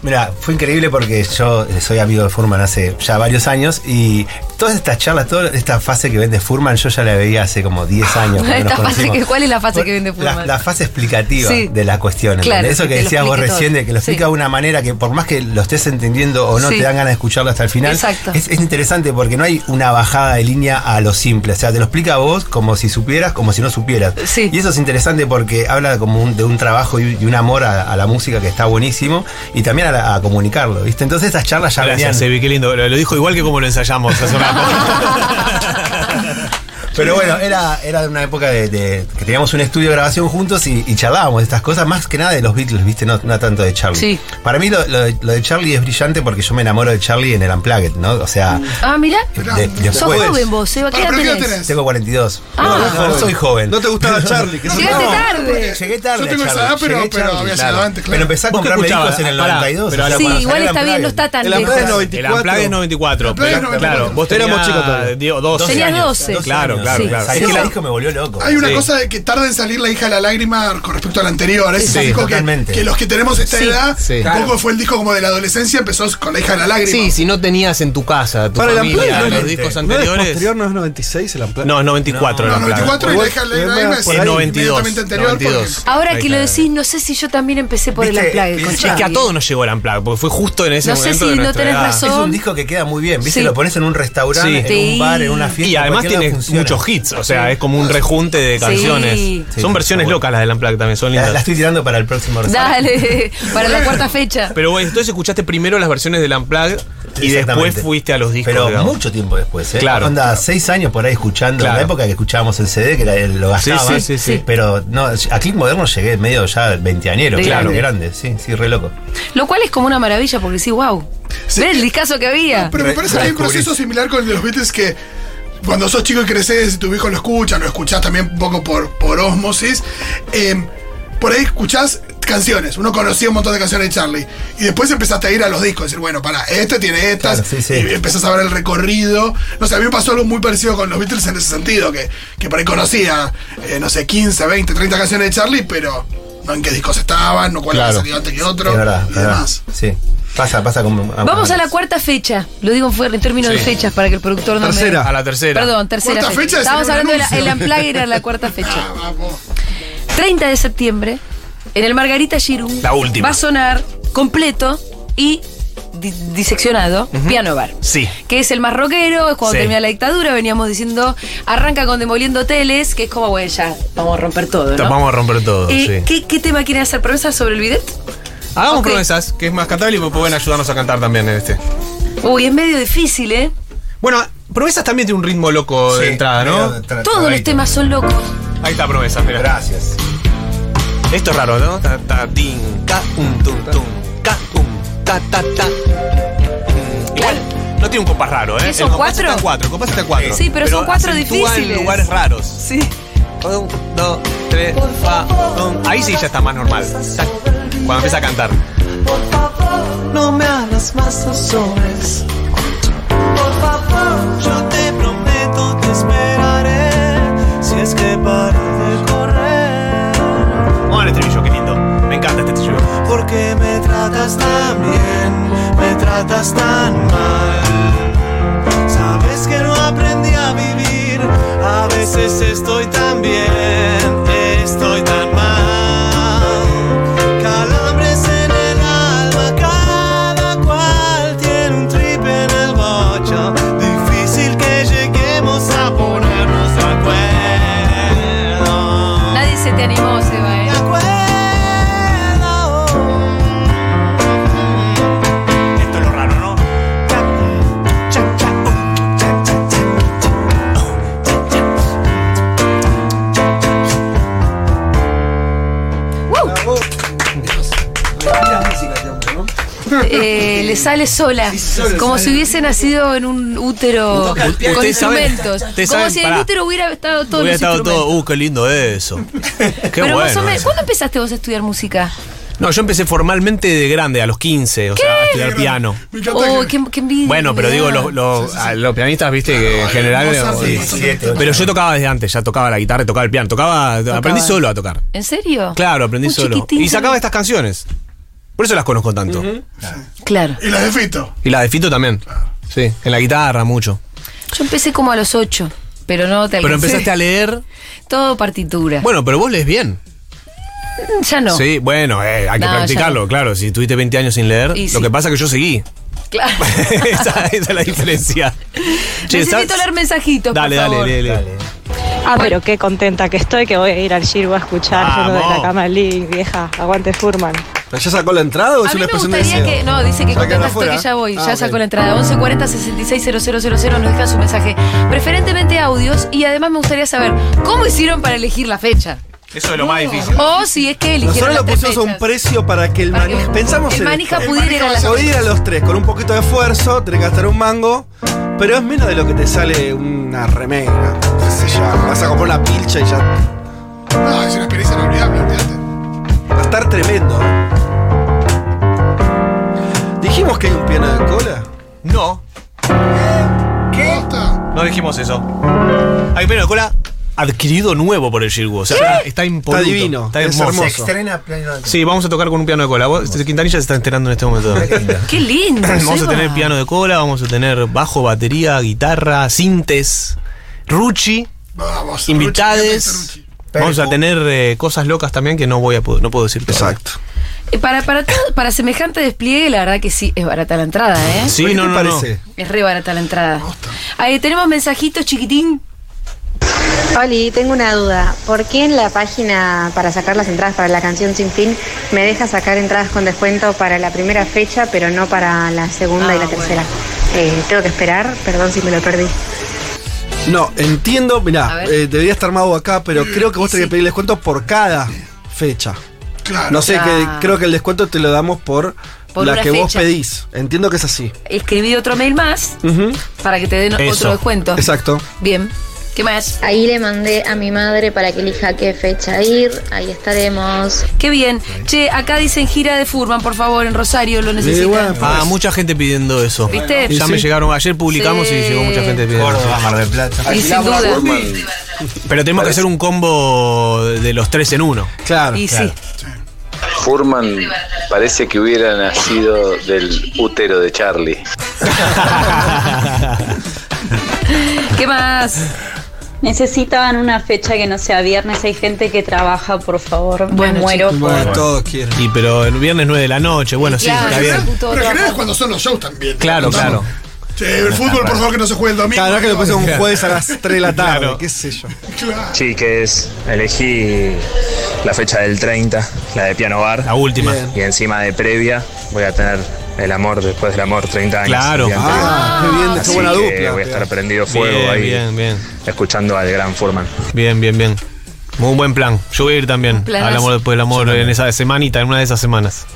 [SPEAKER 5] Mira, fue increíble porque yo eh, soy amigo de Furman hace ya varios años y todas estas charlas, toda esta fase que vende Furman, yo ya la veía hace como 10 años. cuando
[SPEAKER 1] Esta
[SPEAKER 5] nos
[SPEAKER 1] fase
[SPEAKER 5] conocimos.
[SPEAKER 1] que- ¿Cuál es la fase que vende
[SPEAKER 5] La,
[SPEAKER 1] Furman?
[SPEAKER 5] la fase explicativa
[SPEAKER 1] Sí.
[SPEAKER 5] de las cuestiones.
[SPEAKER 1] Claro,
[SPEAKER 5] Eso
[SPEAKER 1] que
[SPEAKER 5] que
[SPEAKER 1] te lo
[SPEAKER 5] decías vos
[SPEAKER 1] explique
[SPEAKER 5] recién,
[SPEAKER 1] todo.
[SPEAKER 5] de que lo
[SPEAKER 1] Sí.
[SPEAKER 5] explica de una manera que por más que lo estés entendiendo o no,
[SPEAKER 1] Sí.
[SPEAKER 5] te dan ganas de escucharlo hasta el final.
[SPEAKER 1] Exacto.
[SPEAKER 5] Es, es interesante porque no hay una bajada de línea a lo simple. O sea, te lo explica a vos como si supieras, como si no supieras.
[SPEAKER 1] Sí.
[SPEAKER 5] Y eso es interesante porque habla como un- de un trabajo y, y un amor a, a la música que está buenísimo y también a, la- a comunicarlo, ¿viste? Entonces estas charlas ya
[SPEAKER 3] Gracias,
[SPEAKER 5] venían.
[SPEAKER 3] Evi, qué lindo. Lo, lo dijo igual que como lo ensayamos hace un rato.
[SPEAKER 5] Pero bueno, era, era de una época de, de- que teníamos un estudio de grabación juntos y, y charlábamos de estas cosas, más que nada de los Beatles, ¿viste? No, no tanto de Charlie.
[SPEAKER 1] Sí.
[SPEAKER 5] Para mí lo, lo de, lo de Charlie es brillante porque yo me enamoro de Charlie en el Unplugged, ¿no? O sea,
[SPEAKER 1] Ah, mirá,
[SPEAKER 5] de- de-
[SPEAKER 1] sos
[SPEAKER 5] después.
[SPEAKER 1] joven vos, Seba, ¿qué
[SPEAKER 2] Pará,
[SPEAKER 1] edad
[SPEAKER 2] pero ¿qué edad
[SPEAKER 1] tenés?
[SPEAKER 2] tenés?
[SPEAKER 5] Tengo 42.
[SPEAKER 1] Ah.
[SPEAKER 5] no, no, no soy joven.
[SPEAKER 4] No te gustaba Charlie, que
[SPEAKER 2] No,
[SPEAKER 4] sos-
[SPEAKER 1] Llegaste
[SPEAKER 2] no,
[SPEAKER 1] tarde.
[SPEAKER 5] Llegué tarde.
[SPEAKER 2] Yo tengo
[SPEAKER 5] a
[SPEAKER 2] esa
[SPEAKER 5] Charlie,
[SPEAKER 2] edad, pero-
[SPEAKER 5] llegué
[SPEAKER 2] pero
[SPEAKER 5] Charlie,
[SPEAKER 2] había sido antes, claro.
[SPEAKER 5] Pero empecé
[SPEAKER 3] ¿Vos
[SPEAKER 5] a
[SPEAKER 3] qué
[SPEAKER 5] comprarme
[SPEAKER 3] escuchabas?
[SPEAKER 5] discos en el
[SPEAKER 3] Pará,
[SPEAKER 5] 92.
[SPEAKER 3] pero
[SPEAKER 5] o sea,
[SPEAKER 1] Sí,
[SPEAKER 5] cuando salió
[SPEAKER 1] igual
[SPEAKER 5] el
[SPEAKER 1] está bien, no
[SPEAKER 5] Unplugged.
[SPEAKER 1] está tan
[SPEAKER 4] El Unplugged
[SPEAKER 1] lejos.
[SPEAKER 4] es
[SPEAKER 3] El
[SPEAKER 4] 94.
[SPEAKER 3] Amplague es 94.
[SPEAKER 2] Unplugged es
[SPEAKER 3] pero- Claro, vos
[SPEAKER 4] 94.
[SPEAKER 3] tenías,
[SPEAKER 4] Éramos chicos todavía.
[SPEAKER 3] digo, 12
[SPEAKER 1] Tenías
[SPEAKER 3] años.
[SPEAKER 1] 12.
[SPEAKER 3] Claro, claro,
[SPEAKER 1] Sí.
[SPEAKER 3] claro.
[SPEAKER 5] Salió
[SPEAKER 1] Sí.
[SPEAKER 5] la disco y me volvió loco.
[SPEAKER 2] Hay una
[SPEAKER 3] Sí.
[SPEAKER 2] cosa de que tarda en salir la hija de la lágrima con respecto al anterior. Es
[SPEAKER 5] Sí,
[SPEAKER 2] un disco que,
[SPEAKER 5] totalmente.
[SPEAKER 2] que los que tenemos esta
[SPEAKER 1] Sí,
[SPEAKER 2] edad,
[SPEAKER 3] sí.
[SPEAKER 2] un
[SPEAKER 3] Claro.
[SPEAKER 2] poco fue el disco como de la adolescencia, empezó con la hija de la lágrima.
[SPEAKER 3] Sí, si no tenías en tu casa, tu
[SPEAKER 4] Para el
[SPEAKER 3] familia,
[SPEAKER 4] Unplugged no es-
[SPEAKER 3] los discos
[SPEAKER 4] ¿No es
[SPEAKER 3] anteriores.
[SPEAKER 4] posterior, no es 96 el Unplugged?
[SPEAKER 3] No, es 94
[SPEAKER 2] No,
[SPEAKER 3] era Unplugged.
[SPEAKER 2] 94 y la hija de la
[SPEAKER 4] Bueno,
[SPEAKER 2] lágrima es
[SPEAKER 4] por ahí.
[SPEAKER 3] En 92.
[SPEAKER 2] inmediatamente anterior. porque-
[SPEAKER 3] 92.
[SPEAKER 1] Ahora
[SPEAKER 3] Ahí
[SPEAKER 1] que lo
[SPEAKER 3] está.
[SPEAKER 1] decís, no sé si yo también empecé por el
[SPEAKER 5] Viste,
[SPEAKER 1] Unplugged con
[SPEAKER 5] es
[SPEAKER 3] Es que a
[SPEAKER 1] Charlie.
[SPEAKER 3] todos nos llegó el Unplugged, porque fue justo en ese
[SPEAKER 1] No sé
[SPEAKER 3] momento
[SPEAKER 1] si
[SPEAKER 3] de
[SPEAKER 1] no
[SPEAKER 3] nuestra
[SPEAKER 1] tenés
[SPEAKER 3] edad.
[SPEAKER 1] razón.
[SPEAKER 5] Es un disco que queda muy bien, ¿viste?
[SPEAKER 1] Sí.
[SPEAKER 5] Lo pones en un
[SPEAKER 3] Sí.
[SPEAKER 5] restaurante, en
[SPEAKER 1] Sí.
[SPEAKER 5] un bar, en una fiesta.
[SPEAKER 3] Y además
[SPEAKER 5] cualquier lado
[SPEAKER 3] tiene
[SPEAKER 5] funciona.
[SPEAKER 3] muchos hits, o sea, es como un rejunte de
[SPEAKER 1] Sí.
[SPEAKER 3] canciones.
[SPEAKER 1] Sí,
[SPEAKER 5] sí,
[SPEAKER 3] Son
[SPEAKER 5] está
[SPEAKER 3] versiones
[SPEAKER 5] bueno.
[SPEAKER 3] locas las del Unplugged también, son
[SPEAKER 5] La,
[SPEAKER 3] lindas.
[SPEAKER 5] la estoy tirando para el próximo restaurante.
[SPEAKER 1] Dale, para la cuarta fecha.
[SPEAKER 3] Pero bueno, entonces escuchaste primero las versiones del Unplugged y después
[SPEAKER 5] Exactamente.
[SPEAKER 3] fuiste a los discos.
[SPEAKER 5] Pero
[SPEAKER 3] digamos.
[SPEAKER 5] mucho tiempo después, ¿eh?
[SPEAKER 3] Claro.
[SPEAKER 5] Onda, seis años por ahí escuchando.
[SPEAKER 3] Claro.
[SPEAKER 5] En la época que escuchábamos el CD, que era el- lo
[SPEAKER 3] Sí,
[SPEAKER 5] gastaba.
[SPEAKER 3] sí, sí, sí.
[SPEAKER 5] Pero no, a Click Moderno llegué medio ya veinteañero,
[SPEAKER 1] De
[SPEAKER 5] claro,
[SPEAKER 1] grande.
[SPEAKER 5] grande. Sí, sí, re loco.
[SPEAKER 1] Lo cual es como una maravilla porque sí, wow.
[SPEAKER 2] Sí.
[SPEAKER 1] ¿Ves el discazo que había?
[SPEAKER 2] Pero me parece que hay un
[SPEAKER 5] Redescubrís.
[SPEAKER 2] proceso similar con el de los Beatles que cuando sos chico y creces y tu hijo lo escucha, lo escuchás también un poco por, por osmosis. eh, por ahí escuchás canciones. Uno conocía un montón de canciones de Charlie. Y después empezaste a ir a los discos. Decir, bueno, para, este tiene estas.
[SPEAKER 5] Claro, sí, sí.
[SPEAKER 2] Y empezás a ver el recorrido. No sé, a mí me pasó algo muy parecido con los Beatles en ese sentido. Que, que por ahí conocía, eh, no sé, 15, 20, 30 canciones de Charlie, pero no en qué discos estaban, no cuál había salido antes que otro.
[SPEAKER 5] Es verdad,
[SPEAKER 2] y
[SPEAKER 5] es verdad.
[SPEAKER 2] demás.
[SPEAKER 5] Sí. Pasa, pasa como.
[SPEAKER 1] Vamos a la cuarta fecha. Lo digo en, fu- en términos de fechas para que el productor no
[SPEAKER 4] Tercera.
[SPEAKER 3] A la tercera.
[SPEAKER 1] me. Perdón, tercera.
[SPEAKER 2] Cuarta
[SPEAKER 1] Fecha.
[SPEAKER 2] fecha es
[SPEAKER 1] Estábamos
[SPEAKER 2] un
[SPEAKER 1] hablando de la,
[SPEAKER 2] anuncio.
[SPEAKER 1] el Unplugged era la cuarta fecha.
[SPEAKER 2] Ah, vamos.
[SPEAKER 1] 30 de septiembre, en el Margarita Giru.
[SPEAKER 3] La última.
[SPEAKER 1] Va a sonar completo y di- diseccionado Piano Bar.
[SPEAKER 3] Sí.
[SPEAKER 1] que es el más rockero, es cuando
[SPEAKER 3] Sí.
[SPEAKER 1] termina la dictadura, veníamos diciendo, arranca con Demoliendo Hoteles, que es como, bueno, ya, vamos a romper todo, ¿no?
[SPEAKER 3] Vamos a romper todo,
[SPEAKER 1] Eh,
[SPEAKER 3] sí.
[SPEAKER 1] ¿qué, qué tema quieren hacer? ¿Promesas sobre el bidet?
[SPEAKER 3] Hagamos
[SPEAKER 1] Ok.
[SPEAKER 3] promesas, que es más cantable y pues pueden ayudarnos a cantar también en este.
[SPEAKER 1] Uy, es medio difícil, ¿eh?
[SPEAKER 3] Bueno, promesas también tiene un ritmo loco de entrada, ¿no?
[SPEAKER 1] Todos los temas son locos.
[SPEAKER 3] Ahí está promesas, mira.
[SPEAKER 5] Gracias.
[SPEAKER 3] Esto es raro, ¿no? Ta, ta, tin, ca, un, tum, tum, ca, um, ta, ta, ta. Mm, Igual no tiene un compás raro, ¿eh?
[SPEAKER 1] ¿Qué son,
[SPEAKER 3] El compás
[SPEAKER 1] cuatro?
[SPEAKER 3] está en cuatro, el compás está en cuatro.
[SPEAKER 1] Sí, pero son cuatro
[SPEAKER 3] acentúa
[SPEAKER 1] difíciles.
[SPEAKER 3] en lugares raros.
[SPEAKER 1] Sí.
[SPEAKER 3] Un, dos, tres, fa, um. Ahí sí ya está más normal. Tac. Cuando empieza a cantar.
[SPEAKER 6] Por favor, no me hagas más razones. Por favor, yo te prometo te esperaré. Si es que paro de correr.
[SPEAKER 3] Vamos al estribillo, qué lindo. Me encanta este estribillo.
[SPEAKER 6] Porque me tratas tan bien, me tratas tan mal. Sabes que no aprendí a vivir, a veces estoy tan bien, estoy tan mal. Calambres en el alma, cada cual tiene un trip en el bocho. Difícil que lleguemos a ponernos de acuerdo.
[SPEAKER 1] Nadie se ¿eh? te animó, Seba,
[SPEAKER 6] Me
[SPEAKER 1] ¿eh?
[SPEAKER 6] acuerdo
[SPEAKER 7] este
[SPEAKER 1] eh, le sale sola.
[SPEAKER 7] sola,
[SPEAKER 1] como
[SPEAKER 7] sale.
[SPEAKER 1] si hubiese nacido en un útero
[SPEAKER 7] Toca el piano.
[SPEAKER 1] con
[SPEAKER 3] Ustedes saben-
[SPEAKER 1] instrumentos.
[SPEAKER 3] ustedes
[SPEAKER 1] como
[SPEAKER 3] saben,
[SPEAKER 1] si en el
[SPEAKER 3] pará.
[SPEAKER 1] útero hubiera estado todo
[SPEAKER 3] Hubiera
[SPEAKER 1] los
[SPEAKER 3] estado
[SPEAKER 1] instrumentos.
[SPEAKER 3] todo, uh, qué lindo eso. Qué
[SPEAKER 1] Pero más o
[SPEAKER 3] bueno
[SPEAKER 1] menos,
[SPEAKER 3] eso.
[SPEAKER 1] ¿cuándo empezaste vos a estudiar música?
[SPEAKER 3] No, yo empecé formalmente de grande, a los 15, o sea, a estudiar piano.
[SPEAKER 1] Uy,
[SPEAKER 2] Me encanta que-
[SPEAKER 1] Oh, qué, qué envidia.
[SPEAKER 3] Bueno, pero digo, los, los- a los pianistas, viste, que en general.
[SPEAKER 2] Mozart,
[SPEAKER 3] sí,
[SPEAKER 2] Mozart.
[SPEAKER 3] sí, pero yo tocaba desde antes, ya tocaba la guitarra, tocaba el piano, tocaba, aprendí solo a tocar.
[SPEAKER 1] ¿En serio?
[SPEAKER 3] Claro, aprendí
[SPEAKER 1] Un
[SPEAKER 3] solo.
[SPEAKER 1] chiquitín.
[SPEAKER 3] Y sacaba estas canciones. Por eso las conozco tanto.
[SPEAKER 1] Claro.
[SPEAKER 2] Y las de Fito.
[SPEAKER 3] Y las de Fito también. Sí, en la guitarra mucho.
[SPEAKER 1] Yo empecé como a los ocho, pero no te
[SPEAKER 3] Pero
[SPEAKER 1] alcancé.
[SPEAKER 3] empezaste a leer.
[SPEAKER 1] Todo partitura.
[SPEAKER 3] Bueno, pero vos lees bien.
[SPEAKER 1] ya no.
[SPEAKER 3] Sí, bueno, eh, hay que
[SPEAKER 1] No,
[SPEAKER 3] practicarlo, claro. Si tuviste 20 años sin leer,
[SPEAKER 1] Y
[SPEAKER 3] lo
[SPEAKER 1] sí.
[SPEAKER 3] que pasa es que yo seguí.
[SPEAKER 1] Claro.
[SPEAKER 3] esa, esa es la diferencia. Che,
[SPEAKER 1] Necesito
[SPEAKER 3] ¿sabes?
[SPEAKER 1] leer mensajitos,
[SPEAKER 3] Dale,
[SPEAKER 1] por favor.
[SPEAKER 3] dale, lee, lee.
[SPEAKER 8] Ah, pero qué contenta que estoy que voy a ir al Girbo a escuchar
[SPEAKER 3] Vamos.
[SPEAKER 8] Yendo de la Cama League, vieja. Aguante Furman.
[SPEAKER 4] ¿Pero ¿Ya sacó la entrada o es
[SPEAKER 1] A mí
[SPEAKER 4] una
[SPEAKER 1] me
[SPEAKER 4] expresión de
[SPEAKER 1] gustaría
[SPEAKER 4] deseo?
[SPEAKER 1] que. No, dice que
[SPEAKER 4] ¿Ya quedaron
[SPEAKER 1] contenta estoy
[SPEAKER 4] afuera?
[SPEAKER 1] que ya voy.
[SPEAKER 4] Ah,
[SPEAKER 1] ya
[SPEAKER 4] ok.
[SPEAKER 1] sacó la entrada. 1140 660000 nos dejan su mensaje. Preferentemente audios. Y además me gustaría saber cómo hicieron para elegir la fecha.
[SPEAKER 3] Eso es lo más difícil.
[SPEAKER 1] O si es que eligieron
[SPEAKER 4] Nosotros
[SPEAKER 1] las
[SPEAKER 4] le
[SPEAKER 1] tres
[SPEAKER 4] pusimos a un
[SPEAKER 1] fechas.
[SPEAKER 4] precio para que el
[SPEAKER 1] Para que
[SPEAKER 4] manija.
[SPEAKER 1] el-
[SPEAKER 4] Pensamos
[SPEAKER 1] el
[SPEAKER 4] en
[SPEAKER 1] manija
[SPEAKER 4] esto.
[SPEAKER 1] pudiera ir a la-
[SPEAKER 4] Podría ir a los tres con un poquito de esfuerzo, tenés que gastar un mango, pero es menos de lo que te sale una remera. qué sé yo. Vas a comprar una pilcha y ya.
[SPEAKER 2] No, es una experiencia inolvidable, olvídate.
[SPEAKER 4] Va a estar tremendo. Dijimos que hay un piano de cola.
[SPEAKER 3] No,
[SPEAKER 2] ¿Qué? Ah,
[SPEAKER 3] no dijimos eso. Hay piano de cola adquirido nuevo por el Shirgu. O sea, está, está impoluto.
[SPEAKER 4] Está divino,
[SPEAKER 3] Está
[SPEAKER 4] es
[SPEAKER 3] hermoso.
[SPEAKER 5] Se
[SPEAKER 4] hermoso.
[SPEAKER 5] estrena pleno.
[SPEAKER 3] Sí, vamos a tocar con un piano de cola. Vos, este, Quintanilla se está enterando en este momento.
[SPEAKER 1] Qué lindo.
[SPEAKER 3] vamos a
[SPEAKER 1] Seba.
[SPEAKER 3] tener piano de cola, vamos a tener bajo, batería, guitarra, sintes, ruchi,
[SPEAKER 2] Vamos.
[SPEAKER 3] invitades. Vamos a tener eh, cosas locas también que no voy a poder, no puedo decir todavía.
[SPEAKER 1] Eh, Para, para, todo- para semejante despliegue, la verdad que sí, es barata la entrada, ¿eh?
[SPEAKER 3] Sí,
[SPEAKER 4] ¿Qué
[SPEAKER 3] no,
[SPEAKER 4] te
[SPEAKER 3] no, no.
[SPEAKER 4] parece?
[SPEAKER 1] Es re barata la entrada. Ahí tenemos mensajitos chiquitín.
[SPEAKER 9] Oli, tengo una duda. ¿Por qué en la página para sacar las entradas para la canción Sin Fin me deja sacar entradas con descuento para la primera fecha, pero no para la segunda
[SPEAKER 1] Ah,
[SPEAKER 9] y la
[SPEAKER 1] bueno.
[SPEAKER 9] tercera? Eh, tengo que esperar, perdón si me lo perdí.
[SPEAKER 4] No, entiendo,
[SPEAKER 1] A
[SPEAKER 4] mirá,
[SPEAKER 1] ver.
[SPEAKER 4] eh, debería estar mago acá, pero
[SPEAKER 2] Mm,
[SPEAKER 4] creo que vos tenés que pedir descuento por cada fecha.
[SPEAKER 2] Claro.
[SPEAKER 4] No sé, que
[SPEAKER 1] Claro.
[SPEAKER 4] creo que el descuento te lo damos por,
[SPEAKER 1] Por
[SPEAKER 4] la
[SPEAKER 1] una
[SPEAKER 4] que vos
[SPEAKER 1] fecha.
[SPEAKER 4] pedís. Entiendo que es así.
[SPEAKER 1] Escribí otro mail más
[SPEAKER 4] Ujú,
[SPEAKER 1] para que te den
[SPEAKER 3] Eso.
[SPEAKER 1] otro descuento.
[SPEAKER 4] Exacto.
[SPEAKER 1] Bien. ¿Qué más?
[SPEAKER 9] Ahí le mandé a mi madre para que elija qué fecha ir. Ahí estaremos.
[SPEAKER 1] Qué bien. Che, acá dicen gira de Furman, por favor, en Rosario, lo necesitan.
[SPEAKER 4] bueno,
[SPEAKER 3] Ah, mucha gente pidiendo eso.
[SPEAKER 1] ¿Viste?
[SPEAKER 3] Ya me
[SPEAKER 4] Sí.
[SPEAKER 3] llegaron, ayer publicamos
[SPEAKER 1] Sí.
[SPEAKER 3] y llegó mucha gente pidiendo.
[SPEAKER 5] Córdoba, Mar del Plata.
[SPEAKER 1] Y sin
[SPEAKER 7] Alquilamos la
[SPEAKER 1] duda.
[SPEAKER 7] Furman.
[SPEAKER 3] Pero tenemos que hacer un combo de los tres en uno.
[SPEAKER 4] Claro.
[SPEAKER 1] Y sí.
[SPEAKER 10] Furman parece que hubiera nacido del útero de Charlie.
[SPEAKER 1] ¿Qué más?
[SPEAKER 11] Necesitaban una fecha que no sea viernes. Hay gente que trabaja, por favor.
[SPEAKER 1] Bueno,
[SPEAKER 11] Me muero.
[SPEAKER 1] chicos.
[SPEAKER 4] Bueno, todos quieren.
[SPEAKER 3] Y pero el viernes 9 de la noche, bueno, sí,
[SPEAKER 1] Claro,
[SPEAKER 3] está
[SPEAKER 1] yo
[SPEAKER 3] bien.
[SPEAKER 1] soy puto
[SPEAKER 2] Pero en
[SPEAKER 1] otra
[SPEAKER 2] general es
[SPEAKER 1] cosa.
[SPEAKER 2] cuando son los shows también.
[SPEAKER 3] Claro, claro.
[SPEAKER 2] Che, el fútbol, por favor, que no se juegue el domingo.
[SPEAKER 4] Claro, que lo puse un jueves a las 3 de la tarde,
[SPEAKER 3] Claro.
[SPEAKER 4] qué sé yo.
[SPEAKER 2] Claro.
[SPEAKER 12] Chiques, elegí la fecha del 30, la de piano bar.
[SPEAKER 3] La última.
[SPEAKER 4] Bien.
[SPEAKER 12] Y encima de previa voy a tener el amor después del amor, 30 años.
[SPEAKER 3] Claro.
[SPEAKER 12] el día anterior.
[SPEAKER 4] Ah, qué bien, qué
[SPEAKER 12] Así
[SPEAKER 4] buena
[SPEAKER 12] que
[SPEAKER 4] dupla.
[SPEAKER 12] Voy a estar prendido fuego
[SPEAKER 3] Bien,
[SPEAKER 12] ahí,
[SPEAKER 3] bien, bien.
[SPEAKER 12] escuchando al gran Furman.
[SPEAKER 3] Bien, bien, bien. Muy buen plan. Yo voy a ir también
[SPEAKER 1] planazo.
[SPEAKER 3] al amor después del amor en esa semanita, en una de esas semanas.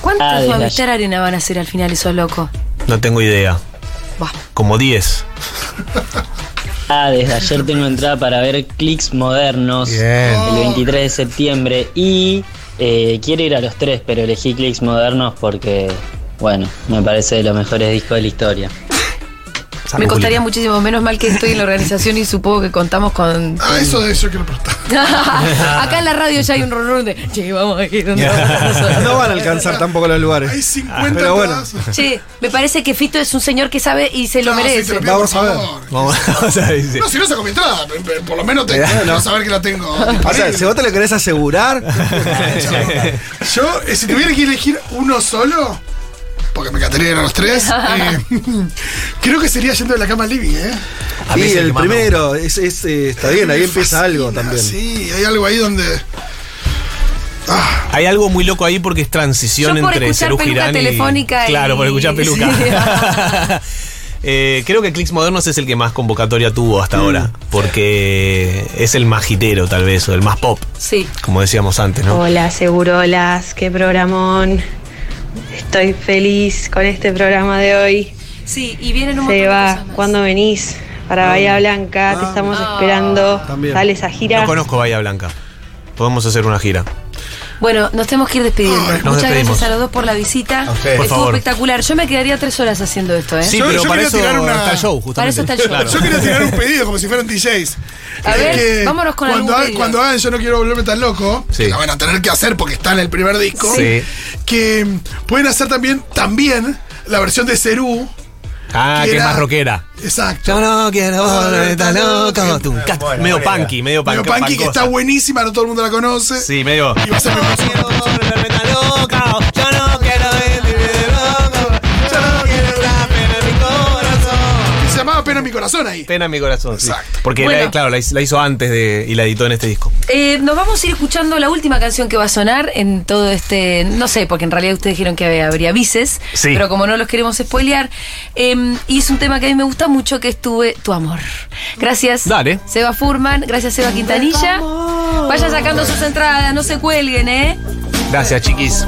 [SPEAKER 1] ¿Cuántos Movistar Arena van a ser al final esos locos?
[SPEAKER 3] No tengo idea.
[SPEAKER 1] Buah.
[SPEAKER 3] Como 10.
[SPEAKER 11] Ah, desde ayer tengo entrada para ver clics modernos.
[SPEAKER 3] Bien.
[SPEAKER 11] El 23 de septiembre. Y eh, quiero ir a los tres, pero elegí clics modernos porque, bueno, me parece de los mejores discos de la historia.
[SPEAKER 1] Me costaría muchísimo, menos mal que estoy en la organización y supongo que contamos con.
[SPEAKER 2] Ah, eso de eso quiero preguntar.
[SPEAKER 1] Acá en la radio ya hay un ronron de. Che, vamos a ir donde vamos nosotros".
[SPEAKER 4] No van a alcanzar tampoco los
[SPEAKER 2] Hay
[SPEAKER 4] lugares.
[SPEAKER 2] 50
[SPEAKER 4] Ah, Pero bueno.
[SPEAKER 2] pedazos.
[SPEAKER 1] Che, me parece que Fito es un señor que sabe y se lo
[SPEAKER 2] No, sí, te
[SPEAKER 1] merece.
[SPEAKER 2] pido,
[SPEAKER 4] Vamos
[SPEAKER 2] por
[SPEAKER 4] a ver.
[SPEAKER 2] favor.
[SPEAKER 3] Vamos, o sea, dice,
[SPEAKER 2] No, si no saco mi entrada, pe- pe- por lo menos te, vas a ver que la tengo.
[SPEAKER 4] O sea, si vos te lo querés asegurar,
[SPEAKER 2] Yo, eh, si tuviera que elegir uno solo, porque me encantaría ir a los tres, eh, creo que sería yendo de la cama al living, ¿eh?
[SPEAKER 3] A mí
[SPEAKER 4] y
[SPEAKER 3] es el que
[SPEAKER 4] el
[SPEAKER 3] más me
[SPEAKER 4] primero, es, es, eh, está bien, ahí
[SPEAKER 2] Me
[SPEAKER 4] empieza
[SPEAKER 2] fascina,
[SPEAKER 4] algo también.
[SPEAKER 2] Sí, hay algo ahí donde. Ah,
[SPEAKER 3] Hay algo muy loco ahí porque es transición
[SPEAKER 1] Yo por
[SPEAKER 3] entre
[SPEAKER 1] escuchar
[SPEAKER 3] Serú
[SPEAKER 1] peluca
[SPEAKER 3] Girán y-
[SPEAKER 1] telefónica y-
[SPEAKER 3] Claro, por escuchar peluca. Eh, creo que Clicks Modernos es el que más convocatoria tuvo hasta
[SPEAKER 1] Mm.
[SPEAKER 3] ahora, porque es el más hitero tal vez, o el más pop,
[SPEAKER 1] Sí. Oh,
[SPEAKER 3] como decíamos antes, ¿no?
[SPEAKER 8] Hola, Segurolas, qué programón.
[SPEAKER 13] Estoy feliz con este programa de hoy.
[SPEAKER 1] Sí, y vienen un montón de
[SPEAKER 13] Seba,
[SPEAKER 1] cosas más.
[SPEAKER 13] ¿cuándo venís? Para Bahía Blanca, te estamos esperando. Dale esa gira.
[SPEAKER 3] No conozco Bahía Blanca. Podemos hacer una gira.
[SPEAKER 1] Bueno, nos tenemos que ir despidiendo.
[SPEAKER 3] Ay, nos
[SPEAKER 1] Muchas
[SPEAKER 3] despedimos.
[SPEAKER 1] gracias a los dos por la visita.
[SPEAKER 3] A ustedes. Por
[SPEAKER 1] Estuvo
[SPEAKER 3] favor.
[SPEAKER 1] espectacular. Yo me quedaría tres horas haciendo esto, ¿eh?
[SPEAKER 3] Sí, pero para eso está el show, justamente.
[SPEAKER 1] Para eso está el show.
[SPEAKER 3] Claro.
[SPEAKER 2] Yo quería tirar un pedido como si fueran DJs.
[SPEAKER 1] A
[SPEAKER 2] Eh,
[SPEAKER 1] ver,
[SPEAKER 2] que
[SPEAKER 1] vámonos con
[SPEAKER 2] cuando,
[SPEAKER 1] algún
[SPEAKER 2] hagan-
[SPEAKER 1] pedido.
[SPEAKER 2] cuando hagan Yo no quiero volverme tan loco,
[SPEAKER 3] Sí.
[SPEAKER 2] que la van a tener que hacer porque está en el primer disco,
[SPEAKER 3] Sí.
[SPEAKER 2] que mm, pueden hacer también, también la versión de Cerú.
[SPEAKER 3] Ah,
[SPEAKER 2] que
[SPEAKER 3] que es
[SPEAKER 2] era-
[SPEAKER 3] más rockera.
[SPEAKER 2] Exacto.
[SPEAKER 3] Yo no quiero volverme tan loco. Tum, cat.
[SPEAKER 2] Bueno,
[SPEAKER 3] medio
[SPEAKER 2] buena
[SPEAKER 3] punky, medio punky.
[SPEAKER 2] Medio Panqui, que está buenísima, no todo el mundo la conoce.
[SPEAKER 3] Sí, medio.
[SPEAKER 2] Y va a ser mi próximo.
[SPEAKER 6] Yo no quiero vivirme de loco. Yo no quiero la pena en mi corazón.
[SPEAKER 2] Se llamaba Pena en mi corazón ahí.
[SPEAKER 3] Pena en mi corazón, sí. Porque,
[SPEAKER 1] Bueno.
[SPEAKER 3] la, claro, la hizo, la hizo antes de, y la editó en este disco.
[SPEAKER 1] Eh, nos vamos a ir escuchando la última canción que va a sonar en todo este. No sé, porque en realidad ustedes dijeron que habría bices.
[SPEAKER 3] Sí.
[SPEAKER 1] Pero como no los queremos spoilear. eh, y es un tema que a mí me gusta mucho, que estuve tu amor. Gracias.
[SPEAKER 3] Dale.
[SPEAKER 1] Seba Furman, gracias Seba Quintanilla. Vayan sacando sus entradas, no se cuelguen, ¿eh?
[SPEAKER 3] Gracias, chiquis.